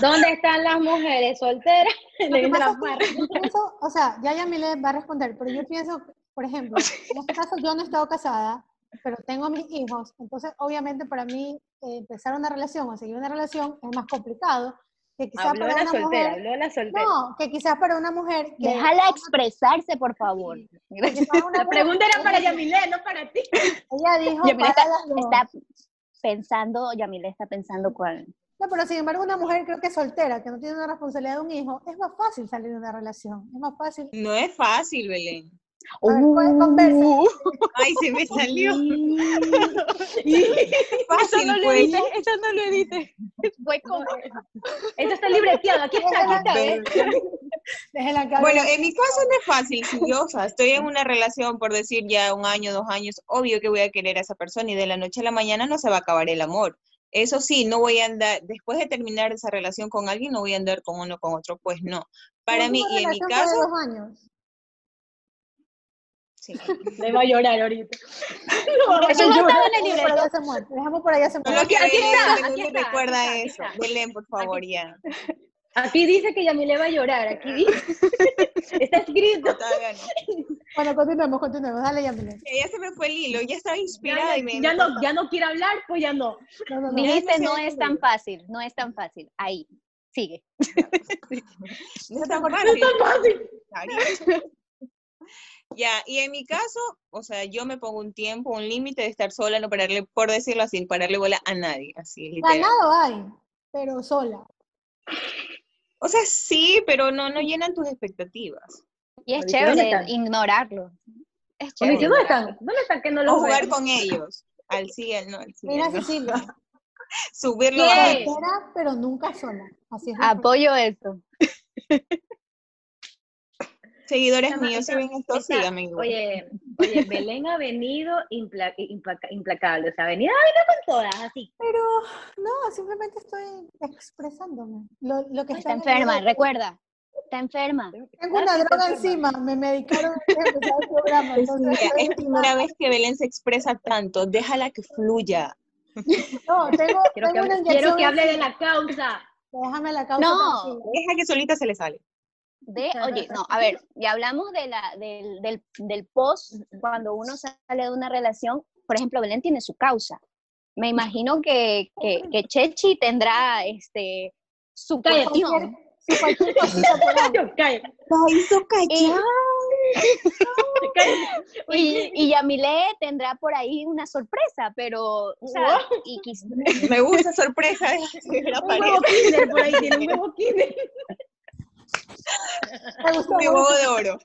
[SPEAKER 2] ¿Dónde están las mujeres solteras?
[SPEAKER 3] [laughs] Lo
[SPEAKER 2] Le
[SPEAKER 3] que
[SPEAKER 2] dicen
[SPEAKER 3] pasa
[SPEAKER 2] las
[SPEAKER 3] es que yo pienso, o sea, ya Yamile va a responder, pero yo pienso, por
[SPEAKER 2] [laughs]
[SPEAKER 3] ejemplo, en este caso yo no he estado casada, pero tengo mis hijos, entonces obviamente para mí eh, empezar una relación o seguir una relación es más complicado que quizás
[SPEAKER 2] Habló de
[SPEAKER 3] para
[SPEAKER 2] la
[SPEAKER 3] una
[SPEAKER 2] soltera,
[SPEAKER 3] mujer.
[SPEAKER 2] habló de la soltera.
[SPEAKER 3] No, que quizás para una mujer que
[SPEAKER 4] Déjala expresarse, por favor.
[SPEAKER 3] que para
[SPEAKER 2] [laughs]
[SPEAKER 3] una
[SPEAKER 2] La
[SPEAKER 3] mujer-
[SPEAKER 2] pregunta era para
[SPEAKER 3] ella-
[SPEAKER 2] Yamilé, no para
[SPEAKER 3] [laughs]
[SPEAKER 2] ti.
[SPEAKER 3] Ella dijo
[SPEAKER 4] Yamile
[SPEAKER 3] para
[SPEAKER 4] está,
[SPEAKER 2] [laughs]
[SPEAKER 3] las dos.
[SPEAKER 4] está pensando, Yamile está pensando cuál.
[SPEAKER 3] No, pero sin embargo, una mujer creo que soltera, que no tiene una responsabilidad de un hijo, es más fácil salir de una relación. Es más fácil.
[SPEAKER 1] No es fácil, Belén.
[SPEAKER 3] A ver, ¿cuál conversa?
[SPEAKER 1] Ay, se
[SPEAKER 3] [laughs]
[SPEAKER 1] me salió. [laughs]
[SPEAKER 5] Eso
[SPEAKER 1] Fácil,
[SPEAKER 5] no lo
[SPEAKER 1] pues.
[SPEAKER 5] edites, eso no lo edites. Fue como-
[SPEAKER 2] Esto está libreteado, aquí está,
[SPEAKER 3] [laughs]
[SPEAKER 2] aquí está, ¿ves?
[SPEAKER 3] Déjela que
[SPEAKER 1] Bueno,
[SPEAKER 3] hable.
[SPEAKER 1] en mi caso no es fácil, si yo o sea, estoy en una relación, por decir ya un año, dos años, obvio que voy a querer a esa persona y de la noche a la mañana no se va a acabar el amor. Eso sí, no voy a andar, después de terminar esa relación con alguien, no voy a andar con uno, con otro, pues no. Para
[SPEAKER 3] Tu
[SPEAKER 1] mí,
[SPEAKER 3] última
[SPEAKER 1] y en mi
[SPEAKER 3] relación fue
[SPEAKER 1] caso,
[SPEAKER 3] de dos años.
[SPEAKER 2] [laughs]
[SPEAKER 1] sí.
[SPEAKER 2] Le va a llorar ahorita. No,
[SPEAKER 4] Eso no
[SPEAKER 3] Llora,
[SPEAKER 4] estaba en el
[SPEAKER 3] dejemos por allá se muere, Dejamos por allá se muere.
[SPEAKER 1] Solo que
[SPEAKER 2] aquí
[SPEAKER 1] Belén,
[SPEAKER 2] está,
[SPEAKER 1] Belén
[SPEAKER 2] aquí
[SPEAKER 1] me
[SPEAKER 2] está,
[SPEAKER 1] recuerda
[SPEAKER 2] aquí
[SPEAKER 1] eso.
[SPEAKER 2] está, aquí
[SPEAKER 1] Belén, por favor, ya.
[SPEAKER 2] Aquí dice que Yamile va a llorar,
[SPEAKER 3] Ah.
[SPEAKER 2] aquí dice. [laughs] Está escrito.
[SPEAKER 1] Todavía no.
[SPEAKER 3] Bueno, continuemos, continuemos. Dale, Yamile.
[SPEAKER 1] Ya ya se me fue el hilo, ya estaba inspirada
[SPEAKER 2] Ya,
[SPEAKER 1] y me...
[SPEAKER 2] ya no, ya no quiere hablar, pues ya no.
[SPEAKER 3] No, no, no.
[SPEAKER 4] Dijiste, no
[SPEAKER 1] sé.
[SPEAKER 4] es tan fácil, no es tan fácil. Ahí, sigue.
[SPEAKER 1] No es tan
[SPEAKER 2] No
[SPEAKER 1] fácil.
[SPEAKER 2] está fácil.
[SPEAKER 1] Claro. [laughs] Ya, y en mi caso, o sea, yo me pongo un tiempo, un límite de estar sola, no pararle, por decirlo así, no pararle bola a nadie, así, literal.
[SPEAKER 3] Ganado hay, pero sola.
[SPEAKER 1] O sea, sí, pero no, no llenan tus expectativas.
[SPEAKER 4] Y es
[SPEAKER 2] Oye, ¿y dónde
[SPEAKER 4] chévere
[SPEAKER 2] están?
[SPEAKER 4] ignorarlo. Es
[SPEAKER 2] Oye,
[SPEAKER 4] chévere.
[SPEAKER 2] ¿Dónde están? ¿Dónde están que no
[SPEAKER 1] O
[SPEAKER 2] los
[SPEAKER 1] jugar
[SPEAKER 2] veo?
[SPEAKER 1] con ellos, al sí, al no, al sí,
[SPEAKER 3] Mira, eh,
[SPEAKER 1] al no.
[SPEAKER 3] Cecilia,
[SPEAKER 1] Subirlo,
[SPEAKER 2] ¿Qué?
[SPEAKER 1] bajarlo.
[SPEAKER 3] soltera, pero nunca sola. Así es. la frase.
[SPEAKER 4] Apoyo eso.
[SPEAKER 1] Seguidores
[SPEAKER 2] Chama,
[SPEAKER 1] míos, si
[SPEAKER 2] esa-
[SPEAKER 1] ven esto,
[SPEAKER 2] esa-
[SPEAKER 1] síganme. igual.
[SPEAKER 2] Oye, oye, Belén ha venido impla- implaca- implacable, o sea, ha venido, ha venido con todas, así.
[SPEAKER 3] Pero no, simplemente estoy expresándome. Lo, lo que
[SPEAKER 4] Está
[SPEAKER 3] en el
[SPEAKER 4] enferma,
[SPEAKER 3] video.
[SPEAKER 4] recuerda. Está enferma.
[SPEAKER 3] Tengo una
[SPEAKER 2] Ah, sí, está
[SPEAKER 3] droga
[SPEAKER 2] enferma.
[SPEAKER 3] encima, me medicaron antes de empezar el programa. Entonces,
[SPEAKER 1] Mira,
[SPEAKER 3] estoy-
[SPEAKER 1] es primera vez que Belén se expresa tanto, déjala que fluya.
[SPEAKER 3] no, tengo,
[SPEAKER 2] Quiero que,
[SPEAKER 3] tengo
[SPEAKER 2] hable,
[SPEAKER 3] una
[SPEAKER 2] quiero
[SPEAKER 3] inyección
[SPEAKER 2] que hable de
[SPEAKER 3] encima.
[SPEAKER 2] la causa.
[SPEAKER 4] [laughs]
[SPEAKER 3] Déjame la causa
[SPEAKER 4] No.
[SPEAKER 3] tranquila.
[SPEAKER 1] Deja que solita se le sale.
[SPEAKER 4] De, oye, no, a ver, ya hablamos de la, del, del, del post, cuando uno sale de una relación, por ejemplo, Belén tiene su causa. Me imagino que, que, que Chechi tendrá este, su
[SPEAKER 2] Cállate.
[SPEAKER 4] cuestión.
[SPEAKER 3] Si cualquier cosita por ahí.
[SPEAKER 2] Yo, cállate,
[SPEAKER 4] Y,
[SPEAKER 3] [laughs]
[SPEAKER 2] cállate.
[SPEAKER 4] y, y Yamile tendrá por ahí una sorpresa, pero, o sea, y
[SPEAKER 3] [laughs]
[SPEAKER 4] quiz-
[SPEAKER 1] Me gusta sorpresa. [laughs] de la
[SPEAKER 2] Un
[SPEAKER 1] pared.
[SPEAKER 2] huevo kinder por ahí, tiene un
[SPEAKER 1] [laughs]
[SPEAKER 2] huevo kinder.
[SPEAKER 3] Me gustó
[SPEAKER 1] De
[SPEAKER 3] mucho.
[SPEAKER 1] huevo de oro.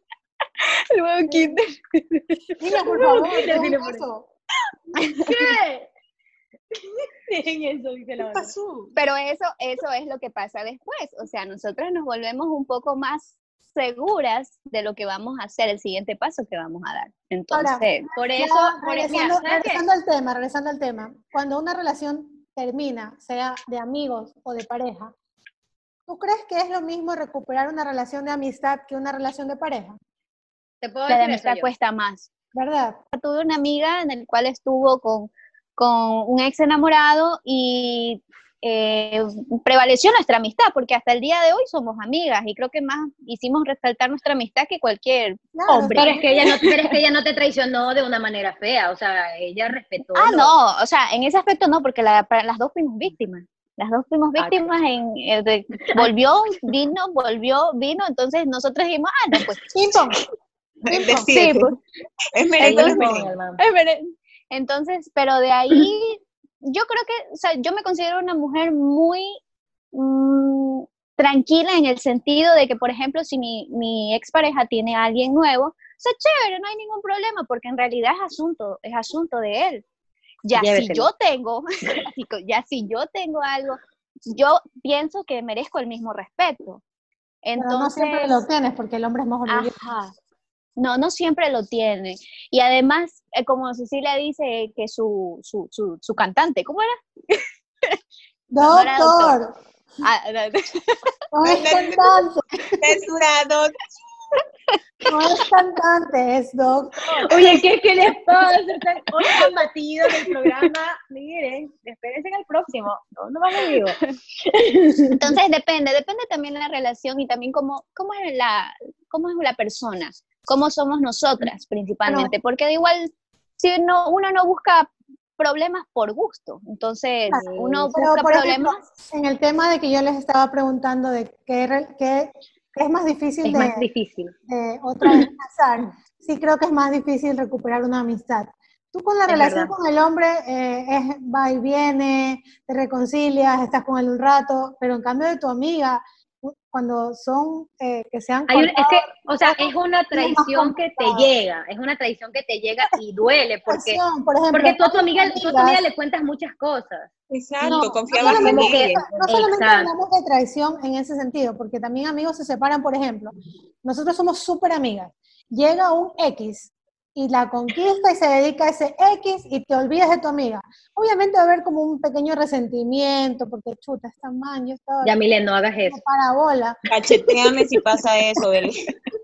[SPEAKER 4] Luego Kinder.
[SPEAKER 3] Dile,
[SPEAKER 2] [laughs]
[SPEAKER 3] por
[SPEAKER 2] No,
[SPEAKER 3] favor,
[SPEAKER 2] dile,
[SPEAKER 3] dejen
[SPEAKER 2] dile, por
[SPEAKER 3] eso.
[SPEAKER 2] ¿Qué? [laughs] Dejen eso, dice la
[SPEAKER 1] ¿Qué [laughs]
[SPEAKER 2] verdad.
[SPEAKER 1] pasó?
[SPEAKER 4] Pero eso, eso es lo que pasa después. O sea, nosotras nos volvemos un poco más seguras de lo que vamos a hacer, el siguiente paso que vamos a dar.
[SPEAKER 3] Ahora,
[SPEAKER 4] Entonces,
[SPEAKER 2] Por
[SPEAKER 3] Ya,
[SPEAKER 2] eso, por eso, mira,
[SPEAKER 3] regresando,
[SPEAKER 2] ¿sabes qué?
[SPEAKER 3] regresando al tema, regresando al tema, cuando una relación termina, sea de amigos o de pareja, ¿tú crees que es lo mismo recuperar una relación de amistad que una relación de pareja?
[SPEAKER 2] Te puedo
[SPEAKER 4] la de
[SPEAKER 2] decir eso
[SPEAKER 4] amistad
[SPEAKER 2] yo.
[SPEAKER 4] cuesta más.
[SPEAKER 3] ¿Verdad?
[SPEAKER 4] tuve una amiga en el cual estuvo con, con un ex enamorado y eh, prevaleció nuestra amistad, porque hasta el día de hoy somos amigas y creo que más hicimos resaltar nuestra amistad que cualquier.
[SPEAKER 3] Claro,
[SPEAKER 4] Hombre.
[SPEAKER 2] Pero
[SPEAKER 3] o sea,
[SPEAKER 2] es que ella no, pero es que ella no te traicionó de una manera fea, o sea, ella respetó.
[SPEAKER 4] Ah,
[SPEAKER 2] lo-
[SPEAKER 4] no, o sea, en ese aspecto no, porque la- para- las dos fuimos víctimas. Las dos fuimos
[SPEAKER 2] Ah,
[SPEAKER 4] víctimas en eh, de- volvió, vino, volvió, vino, entonces nosotros dijimos, ah, no, [laughs] pues
[SPEAKER 3] Ping-pong. Ping-pong.
[SPEAKER 1] Decídete.
[SPEAKER 4] sí, pues,
[SPEAKER 1] Es merengue,
[SPEAKER 2] Ella
[SPEAKER 1] no
[SPEAKER 2] es
[SPEAKER 1] es
[SPEAKER 4] Entonces-
[SPEAKER 2] con
[SPEAKER 1] merengue. [laughs]
[SPEAKER 2] el man.
[SPEAKER 4] Es verdad. Entonces, pero de ahí, yo creo que, o sea, yo me considero una mujer muy mm, tranquila en el sentido de que, por ejemplo, si mi, mi expareja tiene a alguien nuevo, o sea, chévere, no hay ningún problema, porque en realidad es asunto, es asunto de él. Ya si
[SPEAKER 2] Llévetelo.
[SPEAKER 4] yo tengo, [laughs] así co- ya si yo tengo algo, yo pienso que merezco el mismo respeto.
[SPEAKER 3] Pero
[SPEAKER 4] Entonces,
[SPEAKER 3] no siempre lo tienes porque el hombre es más orgulloso.
[SPEAKER 4] Ajá. No, no siempre lo tiene. Y además, eh, como Cecilia dice, que su, su, su, su cantante, ¿cómo era?
[SPEAKER 2] Ah,
[SPEAKER 4] no era
[SPEAKER 3] Doctor,
[SPEAKER 4] Ah, la-
[SPEAKER 3] no es cantante,
[SPEAKER 1] Censurado.
[SPEAKER 3] no es cantante, es doctor.
[SPEAKER 2] Oye, ¿qué, qué les pasa? Están Hoy han batido del programa. Miren, espérense en el próximo. No, no van a digo.
[SPEAKER 4] Entonces depende, depende también la relación y también cómo, cómo, es, la, cómo es la persona, cómo somos nosotras principalmente, porque de igual, si uno, uno no busca problemas por gusto, entonces
[SPEAKER 3] Claro,
[SPEAKER 4] uno
[SPEAKER 3] pero,
[SPEAKER 4] busca
[SPEAKER 3] por ejemplo,
[SPEAKER 4] problemas,
[SPEAKER 3] En el tema de que yo les estaba preguntando de qué, re- qué es más difícil
[SPEAKER 2] Es
[SPEAKER 3] de,
[SPEAKER 2] más difícil.
[SPEAKER 3] de eh, otra vez casar, sí creo que es más difícil recuperar una amistad. Tú con la
[SPEAKER 2] Es
[SPEAKER 3] relación
[SPEAKER 2] verdad.
[SPEAKER 3] con el hombre eh, es va y viene, te reconcilias, estás con él un rato, pero en cambio de tu amiga, u- cuando son, eh, que sean
[SPEAKER 2] Hay un- es
[SPEAKER 3] cortados,
[SPEAKER 2] que, o sea, es una
[SPEAKER 3] más
[SPEAKER 2] traición que te
[SPEAKER 3] complicado.
[SPEAKER 2] llega, es una traición que te llega y duele, porque,
[SPEAKER 3] acción, por ejemplo,
[SPEAKER 2] porque tú a tu amiga, tú a tu amiga
[SPEAKER 3] amigas-
[SPEAKER 2] le cuentas muchas cosas.
[SPEAKER 1] Exacto,
[SPEAKER 3] No,
[SPEAKER 1] confiabas
[SPEAKER 3] no
[SPEAKER 1] en
[SPEAKER 2] solamente
[SPEAKER 1] ella.
[SPEAKER 2] eso.
[SPEAKER 3] no solamente
[SPEAKER 2] Exacto.
[SPEAKER 3] hablamos de traición en ese sentido, porque también amigos se separan, por ejemplo, nosotros somos súper amigas, llega un X y la conquista y se dedica a ese X y te olvidas de tu amiga. Obviamente va a haber como un pequeño resentimiento, porque chuta, esta man, yo estaba
[SPEAKER 2] Ya, Mile, no hagas eso.
[SPEAKER 3] [laughs] como para bola.
[SPEAKER 1] Cacheteame si pasa eso, Belén.
[SPEAKER 3] [laughs]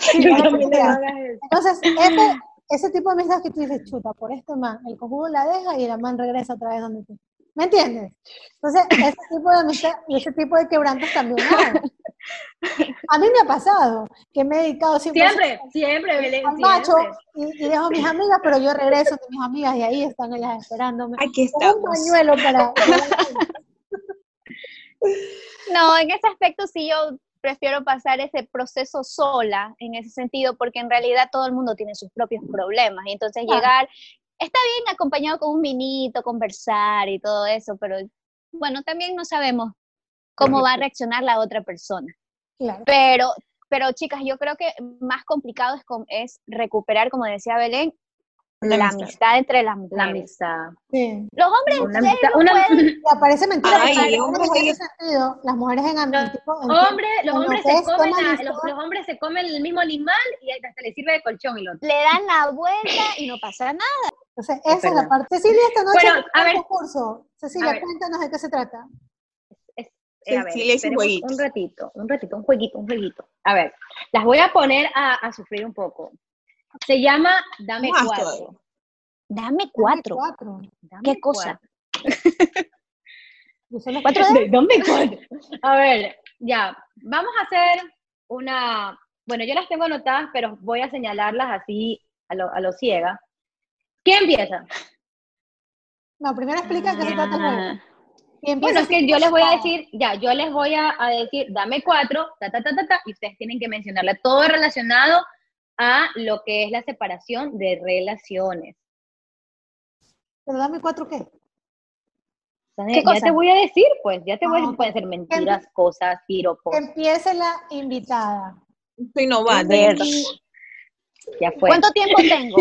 [SPEAKER 3] Sí,
[SPEAKER 2] Ya,
[SPEAKER 3] no,
[SPEAKER 2] Mile,
[SPEAKER 3] o sea,
[SPEAKER 2] no hagas eso.
[SPEAKER 3] Entonces, ese, ese tipo de amistades que tú dices, chuta, por este man, el cojudo la deja y la man regresa otra vez donde tú. ¿Me entiendes? Entonces, ese tipo de amistad y ese tipo de quebrantos también hay. A mí me ha pasado que me he dedicado siempre,
[SPEAKER 2] Siempre, siempre, Belén,
[SPEAKER 3] al
[SPEAKER 2] siempre.
[SPEAKER 3] macho y, y dejo a mis amigas, pero yo regreso de mis amigas y ahí están ellas esperándome.
[SPEAKER 1] Aquí
[SPEAKER 3] Con un
[SPEAKER 1] estamos.
[SPEAKER 3] pañuelo para... [laughs]
[SPEAKER 4] No, en ese aspecto sí yo prefiero pasar ese proceso sola, en ese sentido, porque en realidad todo el mundo tiene sus propios problemas. Y entonces
[SPEAKER 3] Claro.
[SPEAKER 4] llegar, está bien acompañado con un vinito, conversar y todo eso, pero bueno, también no sabemos cómo va a reaccionar la otra persona.
[SPEAKER 3] Claro.
[SPEAKER 4] Pero, pero chicas, yo creo que más complicado es, con- es recuperar, como decía Belén,
[SPEAKER 1] Una
[SPEAKER 4] la
[SPEAKER 1] amistad.
[SPEAKER 4] amistad entre las
[SPEAKER 2] La
[SPEAKER 4] mujeres.
[SPEAKER 2] amistad.
[SPEAKER 3] Sí.
[SPEAKER 4] Los hombres
[SPEAKER 2] Una
[SPEAKER 4] sí
[SPEAKER 2] amistad.
[SPEAKER 4] lo
[SPEAKER 2] Una, [laughs]
[SPEAKER 3] Y parece mentira.
[SPEAKER 1] Ay,
[SPEAKER 3] porque las
[SPEAKER 1] hombres,
[SPEAKER 3] mujeres en
[SPEAKER 1] oye.
[SPEAKER 3] ese sentido, las mujeres en
[SPEAKER 2] Los
[SPEAKER 3] tipo, en-
[SPEAKER 2] hombre, los
[SPEAKER 3] Cuando
[SPEAKER 2] hombres se
[SPEAKER 3] ustedes
[SPEAKER 2] comen
[SPEAKER 3] toman
[SPEAKER 2] a-
[SPEAKER 3] esto-
[SPEAKER 2] los, los hombres se comen el mismo animal y hasta le sirve de colchón y lo eh,
[SPEAKER 4] le dan la vuelta y no pasa nada.
[SPEAKER 3] Entonces, esa es la
[SPEAKER 2] verdad.
[SPEAKER 3] parte. Cecilia, esta noche
[SPEAKER 2] Bueno,
[SPEAKER 3] tenemos
[SPEAKER 2] a ver.
[SPEAKER 3] un concurso. Cecilia,
[SPEAKER 2] A ver.
[SPEAKER 3] cuéntanos de qué se trata.
[SPEAKER 2] Eh, a ver,
[SPEAKER 1] Cecilia y sus
[SPEAKER 2] esperemos
[SPEAKER 1] jueguitos.
[SPEAKER 2] un ratito, un ratito, un jueguito, un jueguito. A ver, las voy a poner a, a sufrir un poco. Se llama Dame
[SPEAKER 1] Más todavía.
[SPEAKER 2] cuatro.
[SPEAKER 4] Dame cuatro.
[SPEAKER 3] Cuatro.
[SPEAKER 2] Dame
[SPEAKER 4] ¿Qué cosa?
[SPEAKER 3] Yo solo-
[SPEAKER 4] ¿Cuatro
[SPEAKER 2] [laughs] cuatro. Dame cuatro. A ver, ya, vamos a hacer una, bueno, yo las tengo anotadas, pero voy a señalarlas así a lo, a lo ciega. ¿Quién empieza?
[SPEAKER 3] No, primero explica de qué se trata el
[SPEAKER 4] Ah.
[SPEAKER 3] juego. Y
[SPEAKER 2] Bueno,
[SPEAKER 3] empieza
[SPEAKER 2] es que yo les voy a decir, ya, yo les voy a, a decir, dame cuatro, ta, ta, ta, ta, ta, y ustedes tienen que mencionarla, todo relacionado a lo que es la separación de relaciones.
[SPEAKER 3] Pero dame cuatro qué.
[SPEAKER 2] Entonces,
[SPEAKER 4] ¿Qué
[SPEAKER 2] ya
[SPEAKER 4] cosa?
[SPEAKER 2] te voy a decir, pues, ya te voy a
[SPEAKER 3] Ah,
[SPEAKER 2] decir, pueden ser mentiras, cosas, piropos,
[SPEAKER 3] Que empiece la invitada.
[SPEAKER 1] Estoy novata.
[SPEAKER 2] ya fue. [laughs]
[SPEAKER 4] ¿Cuánto tiempo tengo?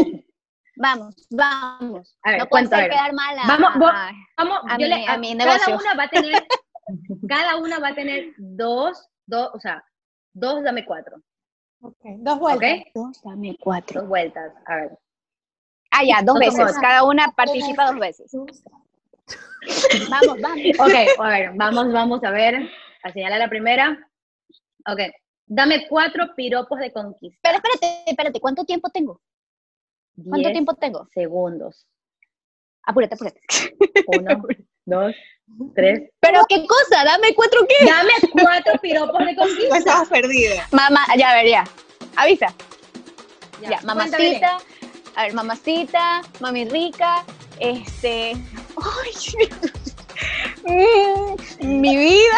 [SPEAKER 4] Vamos, vamos.
[SPEAKER 2] A ver,
[SPEAKER 4] no puedo
[SPEAKER 2] ¿cuánto? A
[SPEAKER 4] hacer
[SPEAKER 2] ver,
[SPEAKER 4] quedar mal a,
[SPEAKER 2] Vamos, vos-
[SPEAKER 4] a-
[SPEAKER 2] Vamos,
[SPEAKER 4] a
[SPEAKER 2] yo
[SPEAKER 4] mi-
[SPEAKER 2] le-
[SPEAKER 4] a mi
[SPEAKER 2] Cada
[SPEAKER 4] negocio.
[SPEAKER 2] una va a tener,
[SPEAKER 4] [laughs]
[SPEAKER 2] cada una va a tener dos, dos, o sea, dos dame cuatro,
[SPEAKER 3] Ok, Dos vueltas.
[SPEAKER 2] ¿ok?
[SPEAKER 4] Dos, dame cuatro.
[SPEAKER 2] Dos vueltas, a ver.
[SPEAKER 4] Ah, ya, dos
[SPEAKER 2] Son
[SPEAKER 4] veces.
[SPEAKER 2] como-
[SPEAKER 4] Cada una participa dos veces. Vamos, vamos.
[SPEAKER 2] [laughs] Ok, a ver, vamos, vamos a ver. A señalar la primera. Ok. Dame cuatro piropos de conquista.
[SPEAKER 4] Pero espérate, espérate. ¿Cuánto tiempo tengo? ¿Cuánto
[SPEAKER 2] Diez
[SPEAKER 4] tiempo tengo?
[SPEAKER 2] Segundos.
[SPEAKER 4] Apúrate, apúrate.
[SPEAKER 2] Uno, dos,
[SPEAKER 4] [laughs]
[SPEAKER 2] tres.
[SPEAKER 4] ¿Pero qué cosa? ¿Dame cuatro qué?
[SPEAKER 2] Dame cuatro piropos de
[SPEAKER 1] No
[SPEAKER 2] conquista.
[SPEAKER 1] estabas perdida.
[SPEAKER 4] Mamá, ya, a ver, ya. Avisa. Ya, mamacita. A ver, mamacita, mami rica, este... Ay, [laughs] mi vida,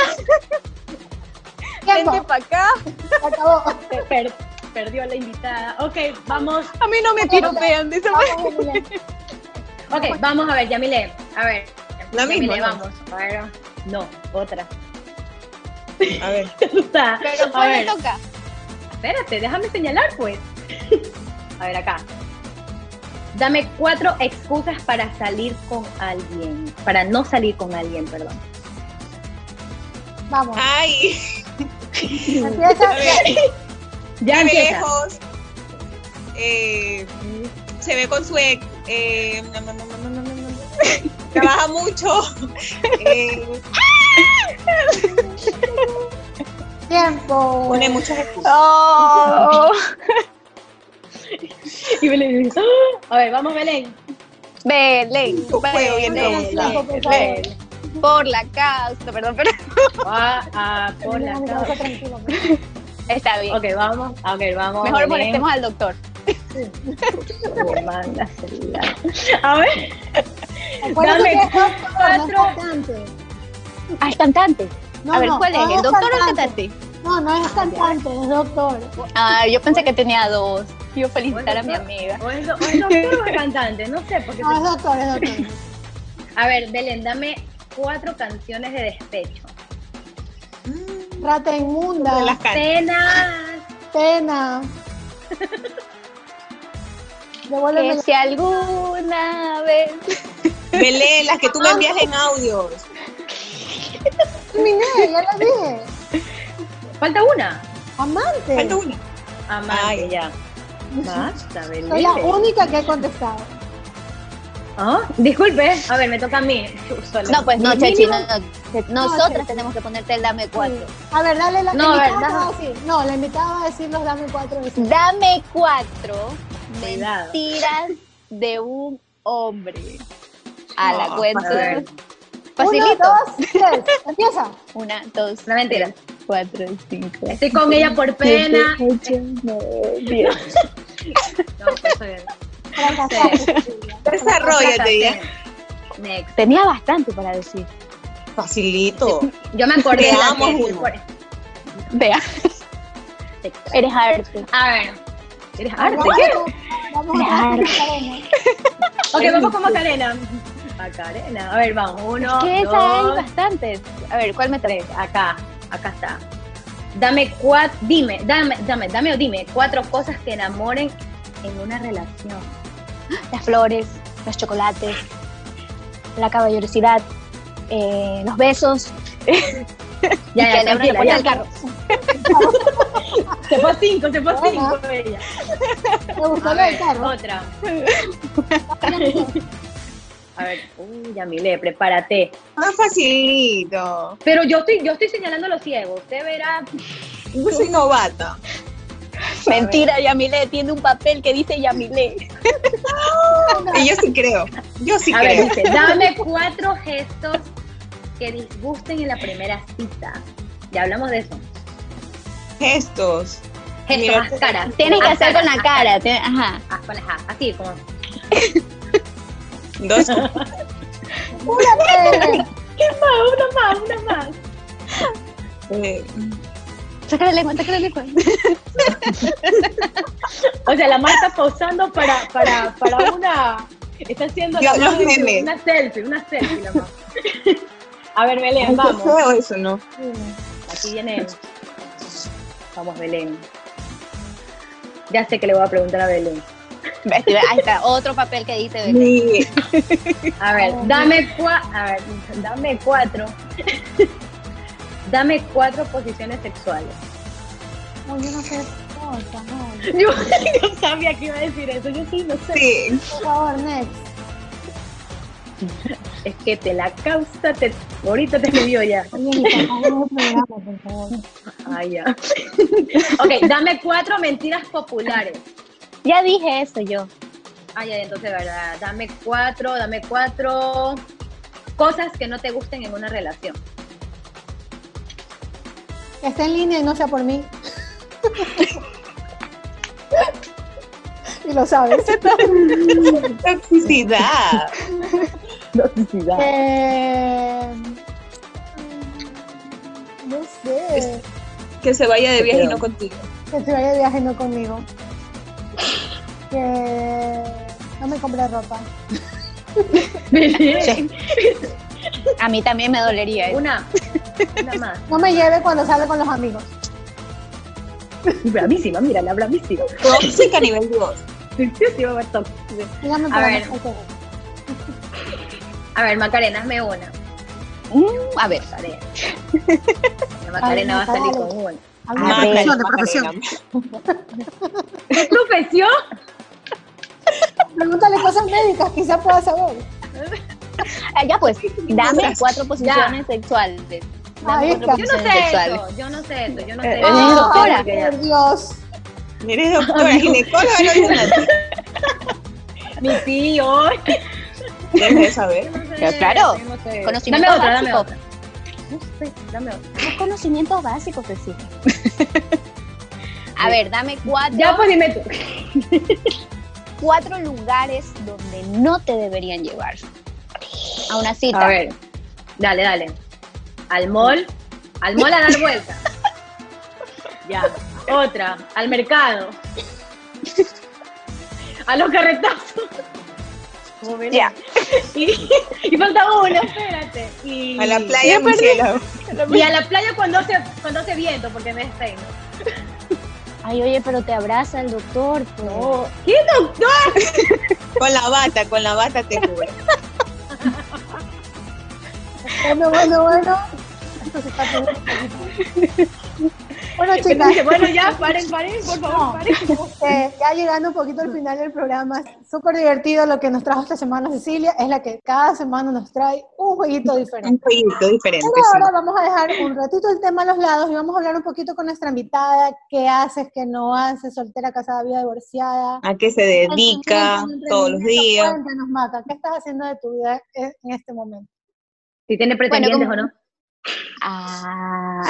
[SPEAKER 3] Tiempo.
[SPEAKER 4] vente para acá.
[SPEAKER 3] Se
[SPEAKER 2] [laughs]
[SPEAKER 3] acabó.
[SPEAKER 2] Te per- perdió la invitada. Ok, vamos.
[SPEAKER 4] A mí no me piropean, dice.
[SPEAKER 3] Vamos, Julián.
[SPEAKER 2] Ok, vamos a ver, Yamile. A ver.
[SPEAKER 1] La misma,
[SPEAKER 2] Yamile,
[SPEAKER 1] ¿no?
[SPEAKER 2] vamos. A ver. No, otra.
[SPEAKER 1] A ver.
[SPEAKER 4] Pero
[SPEAKER 2] a
[SPEAKER 4] ¿cuál le
[SPEAKER 2] ver,
[SPEAKER 4] toca?
[SPEAKER 2] espérate, déjame señalar, pues. [laughs] A ver, acá. Dame cuatro excusas para salir con alguien. Para no salir con alguien, perdón.
[SPEAKER 3] Vamos.
[SPEAKER 1] Ay,
[SPEAKER 3] Empieza.
[SPEAKER 1] a ver,
[SPEAKER 2] Ya
[SPEAKER 1] me
[SPEAKER 2] empieza.
[SPEAKER 1] lejos. Eh, se ve con su ex. Eh, no, no, no, no, no, no, no, no.
[SPEAKER 3] [laughs]
[SPEAKER 1] Trabaja mucho. Eh,
[SPEAKER 3] Tiempo.
[SPEAKER 1] pone muchas excusas.
[SPEAKER 4] Oh.
[SPEAKER 2] Y Belén dice, "Ah". A ver, vamos, Belén.
[SPEAKER 4] Belén,
[SPEAKER 1] Tu juego bien
[SPEAKER 4] Belén,
[SPEAKER 1] rebuscado.
[SPEAKER 4] Belén, por la causa, perdón, pero [laughs]
[SPEAKER 2] Ah, ah, por la
[SPEAKER 3] Terminamos mi
[SPEAKER 2] causa.
[SPEAKER 3] causa tranquilo.
[SPEAKER 4] está bien.
[SPEAKER 2] Ok, vamos. A ver, vamos.
[SPEAKER 4] Mejor
[SPEAKER 2] Belén.
[SPEAKER 4] molestemos al doctor.
[SPEAKER 2] Me manda celular. A ver,
[SPEAKER 3] Acuérdense
[SPEAKER 2] Dame
[SPEAKER 3] que es doctor, no es
[SPEAKER 2] cuatro.
[SPEAKER 3] cantante.
[SPEAKER 4] Al cantante.
[SPEAKER 3] No,
[SPEAKER 4] a ver,
[SPEAKER 3] no,
[SPEAKER 4] ¿cuál
[SPEAKER 3] no
[SPEAKER 4] es? ¿El doctor o el
[SPEAKER 3] cantante.
[SPEAKER 4] cantante?
[SPEAKER 3] No, no es cantante, es doctor.
[SPEAKER 4] Ah, yo pensé que tenía dos. Yo felicitar a mi
[SPEAKER 2] Bueno,
[SPEAKER 4] amiga.
[SPEAKER 2] o es, do- o es doctor o es cantante, no sé. Porque pues,
[SPEAKER 3] No, es doctor, es doctor.
[SPEAKER 2] A ver, Belén, dame cuatro canciones de despecho.
[SPEAKER 3] Ah.
[SPEAKER 1] Mm, de
[SPEAKER 3] Rata
[SPEAKER 1] las
[SPEAKER 3] inmunda.
[SPEAKER 1] caras.
[SPEAKER 2] Penas.
[SPEAKER 3] Pena. Devuélveme
[SPEAKER 4] Que
[SPEAKER 3] la-
[SPEAKER 4] si alguna vez
[SPEAKER 1] Belé, las que tú me envías en audio.
[SPEAKER 3] Terminé, ya la dije.
[SPEAKER 2] Falta una.
[SPEAKER 3] Amante.
[SPEAKER 1] Falta una.
[SPEAKER 2] Amante,
[SPEAKER 1] Ay.
[SPEAKER 2] ya. Basta,
[SPEAKER 3] Soy la
[SPEAKER 2] Belén.
[SPEAKER 3] única que he contestado.
[SPEAKER 2] Ah, Disculpe. A ver, me toca a mí. Solo.
[SPEAKER 4] No, pues no,
[SPEAKER 2] Mínimo.
[SPEAKER 4] Chechi, no, no. Che-
[SPEAKER 3] Chechi.
[SPEAKER 4] nosotras tenemos que ponerte el dame cuatro.
[SPEAKER 3] A ver, dale la,
[SPEAKER 2] No,
[SPEAKER 3] la
[SPEAKER 2] a ver,
[SPEAKER 3] invitada
[SPEAKER 2] dame-
[SPEAKER 3] va a decir. No, la invitada va a decir los dame cuatro veces.
[SPEAKER 4] Mm. Dame cuatro
[SPEAKER 2] Cuidado.
[SPEAKER 4] mentiras de un hombre. A la
[SPEAKER 1] No,
[SPEAKER 2] A ver.
[SPEAKER 4] cuenta.
[SPEAKER 3] Uno,
[SPEAKER 4] Facilito.
[SPEAKER 3] dos, tres. Empieza.
[SPEAKER 4] Una, dos,
[SPEAKER 2] Una mentira.
[SPEAKER 4] tres, cuatro, cinco.
[SPEAKER 2] Estoy con ella por
[SPEAKER 4] siete,
[SPEAKER 2] pena.
[SPEAKER 4] ocho, nueve, diez.
[SPEAKER 2] [laughs] No, pues, oye,
[SPEAKER 3] Fracasaste.
[SPEAKER 2] fracasé.
[SPEAKER 1] Desarrollate ya.
[SPEAKER 2] Next.
[SPEAKER 4] Tenía bastante para decir.
[SPEAKER 1] Facilito.
[SPEAKER 2] Yo me acordé
[SPEAKER 1] Te
[SPEAKER 2] de la
[SPEAKER 1] amo,
[SPEAKER 2] que-
[SPEAKER 1] Juno.
[SPEAKER 4] Vea, eres arte.
[SPEAKER 2] A ver. ¿Eres arte?
[SPEAKER 3] Vamos a- Vamos a
[SPEAKER 4] Claro.
[SPEAKER 2] Ok, vamos con Macarena. Macarena. A ver, vamos. Uno,
[SPEAKER 4] ¿Qué es? Hay
[SPEAKER 2] dos,
[SPEAKER 4] bastantes. A ver, ¿cuál me traes?
[SPEAKER 2] tres. Acá. Acá está. Dame cuatro, dime, dame, dame, dame o dime cuatro cosas que enamoren en una relación.
[SPEAKER 4] Las flores, los chocolates, la caballerosidad, eh, los besos.
[SPEAKER 2] Ya, ya,
[SPEAKER 4] Y que le abran la
[SPEAKER 2] tranquila,
[SPEAKER 4] puerta
[SPEAKER 2] ya.
[SPEAKER 4] del carro.
[SPEAKER 2] Se fue a cinco, se fue a
[SPEAKER 3] Ajá.
[SPEAKER 2] cinco. bella.
[SPEAKER 3] Me gustó
[SPEAKER 2] A
[SPEAKER 3] lo del
[SPEAKER 2] ver,
[SPEAKER 3] carro.
[SPEAKER 2] otra. A ver, uy, Yamile, prepárate.
[SPEAKER 1] [laughs] Más facilito.
[SPEAKER 2] Pero yo estoy, yo estoy señalando a los ciegos. Usted verá.
[SPEAKER 1] Yo soy novata.
[SPEAKER 4] [laughs] Mentira, Yamile, tiene un papel que dice Yamile.
[SPEAKER 1] Y yo sí creo. Yo sí
[SPEAKER 2] A ver,
[SPEAKER 1] creo.
[SPEAKER 2] [laughs] dice, dame cuatro gestos que disgusten en la primera cita. Ya hablamos de eso.
[SPEAKER 1] Gestos.
[SPEAKER 2] Gestos,
[SPEAKER 1] Mira,
[SPEAKER 2] haz caras.
[SPEAKER 4] Tienes que
[SPEAKER 2] Haz
[SPEAKER 4] hacer con
[SPEAKER 2] caras,
[SPEAKER 4] [laughs] la
[SPEAKER 2] haz
[SPEAKER 4] cara. te- Ajá.
[SPEAKER 2] caras, haz con las- Así como.
[SPEAKER 1] Dos. Eh,
[SPEAKER 4] Saca la lengua, saca la lengua.
[SPEAKER 2] O sea, la Marta está posando para, para, para una. Está haciendo
[SPEAKER 1] Los- los
[SPEAKER 2] una,
[SPEAKER 1] memes.
[SPEAKER 2] una selfie, una selfie, la Mar. A ver, Belén,
[SPEAKER 1] [laughs] ay, qué
[SPEAKER 2] vamos.
[SPEAKER 1] feo eso, ¿no?
[SPEAKER 2] Aquí viene. Vamos, Belén. Ya sé que le voy a preguntar a Belén.
[SPEAKER 4] Ahí está, otro papel que dice [laughs] Belén.
[SPEAKER 1] Mi-
[SPEAKER 2] A ver, dame, cua- a ver, dame cuatro. [laughs] dame cuatro posiciones sexuales.
[SPEAKER 3] No, yo no sé. cosa, no.
[SPEAKER 2] [laughs] Yo, yo sabía que iba a decir eso, yo sí, no sé.
[SPEAKER 1] Sí.
[SPEAKER 3] Por favor, next.
[SPEAKER 2] Es que te la causa, te, ahorita te escribió ya.
[SPEAKER 3] Oye, mi papá no es programa, por favor.
[SPEAKER 2] Ay, ya. [laughs] ok, dame cuatro mentiras populares.
[SPEAKER 4] Ya dije eso yo.
[SPEAKER 2] Ay, ay, entonces, ¿verdad? Dame cuatro, dame cuatro cosas que no te gusten en una relación.
[SPEAKER 3] Que esté en línea y no sea por mí. y lo sabes.
[SPEAKER 1] Toxicidad.
[SPEAKER 3] Eh, no sé.
[SPEAKER 1] Que se vaya de viaje y no contigo.
[SPEAKER 3] Que se vaya de viaje no conmigo. Que no me compré ropa.
[SPEAKER 4] A mí también me dolería. eso.
[SPEAKER 2] Una, una más.
[SPEAKER 3] No me lleve cuando salga con los amigos.
[SPEAKER 2] Bravísima, mira, la bravísima.
[SPEAKER 1] Tóxica nivel 2.
[SPEAKER 2] Sí, sí, va a ver top.
[SPEAKER 3] Dígame
[SPEAKER 2] A
[SPEAKER 3] por
[SPEAKER 2] ver.
[SPEAKER 3] dónde está
[SPEAKER 2] A ver, Macarena, hazme una.
[SPEAKER 4] Mm, a ver,
[SPEAKER 2] Macarena. La Macarena va a salir con una.
[SPEAKER 3] el
[SPEAKER 4] A
[SPEAKER 2] Ah,
[SPEAKER 3] carro.
[SPEAKER 4] ver.
[SPEAKER 3] Alguna-
[SPEAKER 2] ¿Tu profesión?
[SPEAKER 3] Pregúntale cosas médicas, quizás pueda saber.
[SPEAKER 4] Ah, ya
[SPEAKER 2] [laughs]
[SPEAKER 4] pues, dame cuatro posiciones sexuales. Dame
[SPEAKER 3] Ahí
[SPEAKER 4] cuatro
[SPEAKER 2] Yo no
[SPEAKER 3] está.
[SPEAKER 2] sé
[SPEAKER 4] posiciones sexuales.
[SPEAKER 2] eso, yo no sé eso, yo no sé Oh,
[SPEAKER 4] Eh,
[SPEAKER 2] eso.
[SPEAKER 4] eres doctora.
[SPEAKER 3] Ay, Ah, por Dios.
[SPEAKER 1] Eres
[SPEAKER 2] [laughs]
[SPEAKER 1] doctora, ginecóloga, no lunática.
[SPEAKER 2] Mi tío.
[SPEAKER 1] Debes de saber.
[SPEAKER 4] Pero claro,
[SPEAKER 2] yo no sé.
[SPEAKER 4] conocimiento
[SPEAKER 2] dame otra, dame
[SPEAKER 4] básico.
[SPEAKER 2] otra. No sé, dame otra.
[SPEAKER 4] Los conocimientos básicos, Cecilia. a ver, dame cuatro,
[SPEAKER 2] Ya, pues dime tú.
[SPEAKER 4] cuatro lugares donde no te deberían llevar. A una cita.
[SPEAKER 2] A ver, dale, dale. Al mall, al mall a dar vuelta. ya. Otra, al mercado. A los carretazos. Como ven.
[SPEAKER 4] Ya.
[SPEAKER 2] Y, y falta uno, espérate. Y,
[SPEAKER 1] A la playa, mi cielo.
[SPEAKER 2] Y a la playa cuando hace, cuando hace viento, porque me estén.
[SPEAKER 4] Ay, oye, pero te abraza el doctor. pues.
[SPEAKER 2] No. ¿Qué doctor?
[SPEAKER 1] Con la bata, con la bata
[SPEAKER 4] [laughs]
[SPEAKER 1] te cubre.
[SPEAKER 3] Bueno, bueno, bueno. Esto se está poniendo bonito. Bueno,
[SPEAKER 2] Pero
[SPEAKER 3] chicas,
[SPEAKER 2] dice, bueno, ya, paren, paren, por favor,
[SPEAKER 3] No.
[SPEAKER 2] paren.
[SPEAKER 3] eh, ya llegando un poquito al final del programa, súper divertido lo que nos trajo esta semana Cecilia, es la que cada semana nos trae un jueguito diferente.
[SPEAKER 1] Un jueguito diferente.
[SPEAKER 3] Pero ahora vamos a dejar un ratito el tema a los lados y vamos a hablar un poquito con nuestra invitada, qué haces, qué no haces, soltera, casada, vida divorciada.
[SPEAKER 1] sí. ¿A qué se Ah, dedica
[SPEAKER 3] Emprendimiento,
[SPEAKER 1] todos los días?
[SPEAKER 3] Cuéntanos, Maca, ¿qué estás haciendo de tu vida en en este momento?
[SPEAKER 2] Si tiene pretendientes
[SPEAKER 4] como-
[SPEAKER 2] o no.
[SPEAKER 4] Ah.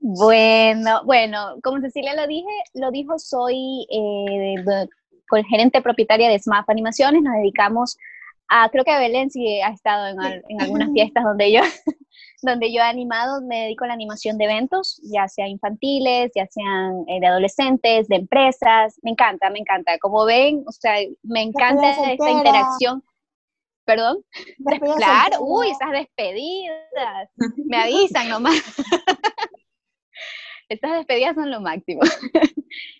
[SPEAKER 4] bueno, bueno, como Cecilia lo dije, lo dijo, soy eh, de- con- gerente propietaria de SMAP Animaciones, nos dedicamos a, creo que Belén sí ha estado en, al- en algunas fiestas donde yo, [laughs] donde yo he animado, me dedico a la animación de eventos, ya sea infantiles, ya sean eh, de adolescentes, de empresas, me encanta, me encanta, como ven, o sea, me encanta
[SPEAKER 3] vida
[SPEAKER 4] esta
[SPEAKER 3] soltera.
[SPEAKER 4] interacción, perdón.
[SPEAKER 3] Despedida
[SPEAKER 4] Claro,
[SPEAKER 3] soltera.
[SPEAKER 4] uy, esas despedidas. Me avisan nomás. [laughs] Estas despedidas son lo máximo.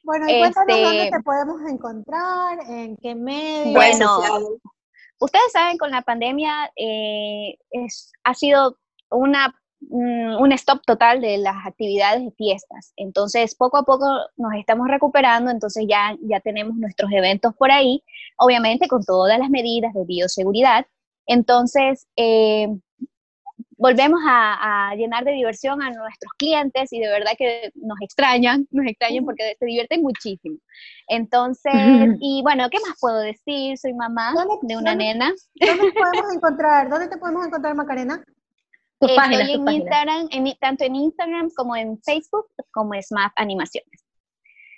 [SPEAKER 3] Bueno, y cuéntanos dónde
[SPEAKER 4] este-
[SPEAKER 3] te podemos encontrar, en qué medio.
[SPEAKER 1] Redes
[SPEAKER 4] Bueno,
[SPEAKER 1] sociales.
[SPEAKER 4] Ustedes saben, con la pandemia eh, es- ha sido una, mm, un stop total de las actividades de fiestas. Entonces, poco a poco nos estamos recuperando, entonces ya, ya tenemos nuestros eventos por ahí, obviamente con todas las medidas de bioseguridad. Entonces, eh, volvemos a, a llenar de diversión a nuestros clientes y de verdad que nos extrañan, nos extrañan porque se divierten muchísimo. Entonces, y bueno, ¿qué más puedo decir? Soy mamá
[SPEAKER 3] ¿Dónde-
[SPEAKER 4] ¿Ah? de una
[SPEAKER 3] dónde-
[SPEAKER 4] nena.
[SPEAKER 3] ¿Dónde te podemos encontrar? ¿Dónde te podemos encontrar, Macarena?
[SPEAKER 2] Tus
[SPEAKER 4] Eh, Estoy
[SPEAKER 2] páginas, tus
[SPEAKER 4] en
[SPEAKER 2] páginas.
[SPEAKER 4] Instagram, en i- tanto en Instagram como en Facebook, como Smart Animaciones.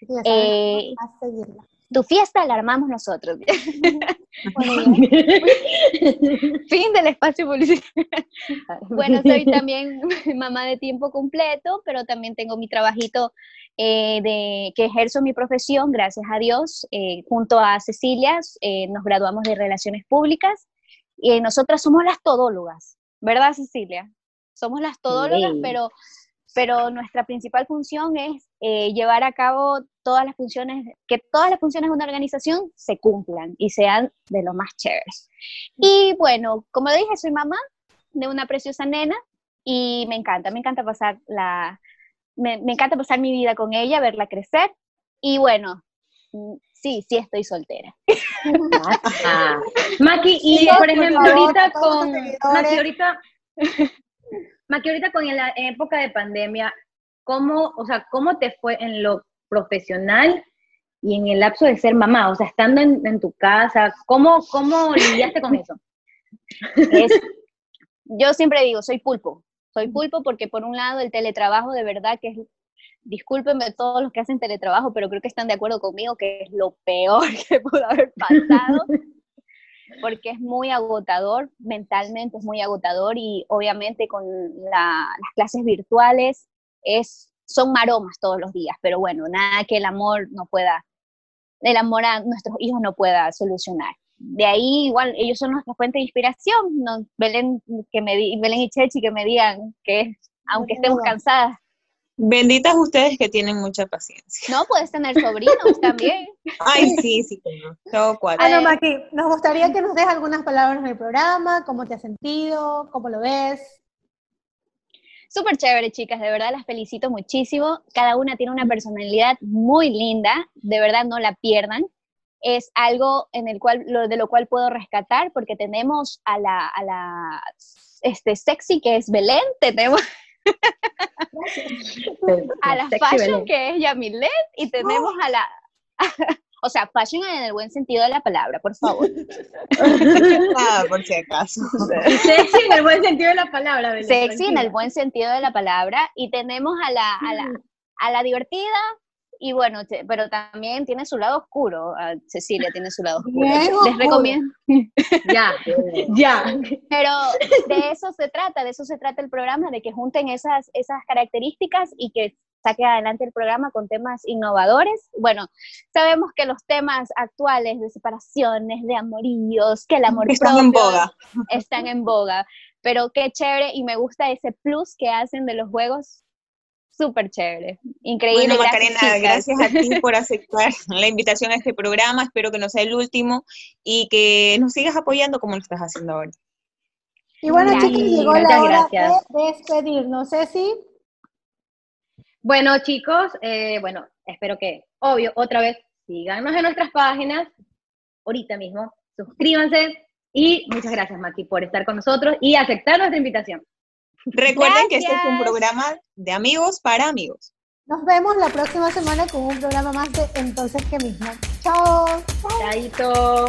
[SPEAKER 3] Sí, ya saben,
[SPEAKER 4] Eh,
[SPEAKER 3] a
[SPEAKER 4] [laughs]
[SPEAKER 3] seguirla.
[SPEAKER 4] Tu fiesta la armamos nosotros. [laughs]
[SPEAKER 3] Bueno, ya.
[SPEAKER 4] fin del espacio publicitario. bueno, [laughs] soy también mamá de tiempo completo, pero también tengo mi trabajito eh, de que ejerzo mi profesión, gracias a Dios, eh, junto a Cecilia, eh, nos graduamos de Relaciones Públicas y eh, nosotras somos las todólogas, ¿verdad Cecilia? Somos las todólogas,
[SPEAKER 2] Sí.
[SPEAKER 4] pero, pero nuestra principal función es eh, llevar a cabo todas las funciones, que todas las funciones de una organización se cumplan y sean de lo más chéveres. Y bueno, como dije, soy mamá de una preciosa nena y me encanta, me encanta pasar la, me, me encanta pasar mi vida con ella, verla crecer y bueno, mm, sí, sí estoy soltera.
[SPEAKER 2] [laughs] Ah. Maki, y
[SPEAKER 3] Chicos,
[SPEAKER 2] por
[SPEAKER 3] por
[SPEAKER 2] ejemplo,
[SPEAKER 3] favor,
[SPEAKER 2] ahorita
[SPEAKER 3] todos los
[SPEAKER 2] con. Maki,
[SPEAKER 3] seguidores.
[SPEAKER 2] ahorita. [laughs] Maki, ahorita con la época de pandemia, ¿cómo, o sea, ¿cómo te fue en lo profesional y en el lapso de ser mamá? O sea, estando en, en tu casa, ¿cómo, ¿cómo lidiaste con eso?
[SPEAKER 4] Es- yo siempre digo, soy pulpo, soy pulpo porque por un lado el teletrabajo de verdad que es, discúlpenme todos los que hacen teletrabajo, pero creo que están de acuerdo conmigo que es lo peor [laughs] que pudo haber pasado. porque es muy agotador, mentalmente es muy agotador y obviamente con la- las clases virtuales es, son maromas todos los días, pero bueno, nada que el amor no pueda, el amor a nuestros hijos no pueda solucionar. De ahí igual ellos son nuestra fuente de inspiración, no, Belén, que me di- Belén y Chechi que me digan que aunque
[SPEAKER 3] tengo
[SPEAKER 4] estemos
[SPEAKER 3] duda.
[SPEAKER 4] cansadas,
[SPEAKER 1] Benditas ustedes que tienen mucha paciencia.
[SPEAKER 4] no puedes tener sobrinos también.
[SPEAKER 1] Ay, sí, sí, tengo. Todo cuatro.
[SPEAKER 4] eh,
[SPEAKER 3] Bueno, Ah, Maki, nos gustaría que nos des algunas palabras del programa, cómo te has sentido, cómo lo ves.
[SPEAKER 4] Súper chévere, chicas, de verdad las felicito muchísimo. Cada una tiene una personalidad muy linda, de verdad no la pierdan. Es algo en el cual, lo, de lo cual puedo rescatar porque tenemos a la, a la este, sexy que es Belén, tenemos a la
[SPEAKER 2] Sexy Belén.
[SPEAKER 4] fashion que es Yamilet y tenemos a la... [laughs] o sea, fashion en el buen sentido de la palabra, por favor.
[SPEAKER 1] Ah, por si acaso. [laughs]
[SPEAKER 2] Sexy en el buen sentido de la palabra, Belén,
[SPEAKER 4] Sexy en el
[SPEAKER 2] tranquila.
[SPEAKER 4] buen sentido de la palabra y tenemos a la, a la, a la divertida y bueno, te- pero también tiene su lado oscuro. ah, Cecilia tiene su lado oscuro.
[SPEAKER 3] Bien
[SPEAKER 4] Les
[SPEAKER 3] oscuro.
[SPEAKER 4] recomiendo.
[SPEAKER 2] Ya, ya.
[SPEAKER 4] Pero de eso se trata, de eso se trata el programa, de que junten esas, esas características y que saque adelante el programa con temas innovadores. Bueno, sabemos que los temas actuales de separaciones, de amoríos, que el amor
[SPEAKER 1] Están en
[SPEAKER 4] propio
[SPEAKER 1] boga.
[SPEAKER 4] están en boga, pero qué chévere y me gusta ese plus que hacen de los juegos. Súper chévere, increíble.
[SPEAKER 1] Bueno,
[SPEAKER 4] gracias,
[SPEAKER 1] Macarena,
[SPEAKER 4] chicas.
[SPEAKER 1] gracias a ti por aceptar la invitación a este programa. Espero que no sea el último y que nos sigas apoyando como lo estás haciendo ahora.
[SPEAKER 3] Y bueno,
[SPEAKER 4] Gracias,
[SPEAKER 3] chicos, llegó la
[SPEAKER 2] muchas
[SPEAKER 3] hora
[SPEAKER 2] gracias.
[SPEAKER 3] de despedirnos. Ceci,
[SPEAKER 2] Bueno, chicos, eh, bueno, espero que, obvio, otra vez, síganos en nuestras páginas, ahorita mismo, suscríbanse y muchas gracias, Maki, por estar con nosotros y aceptar nuestra invitación.
[SPEAKER 1] Recuerden que este es un
[SPEAKER 4] Gracias.
[SPEAKER 1] programa de amigos para amigos.
[SPEAKER 3] nos vemos la próxima semana con un programa más de Entonces qué mismo. Chao.
[SPEAKER 2] Chaito.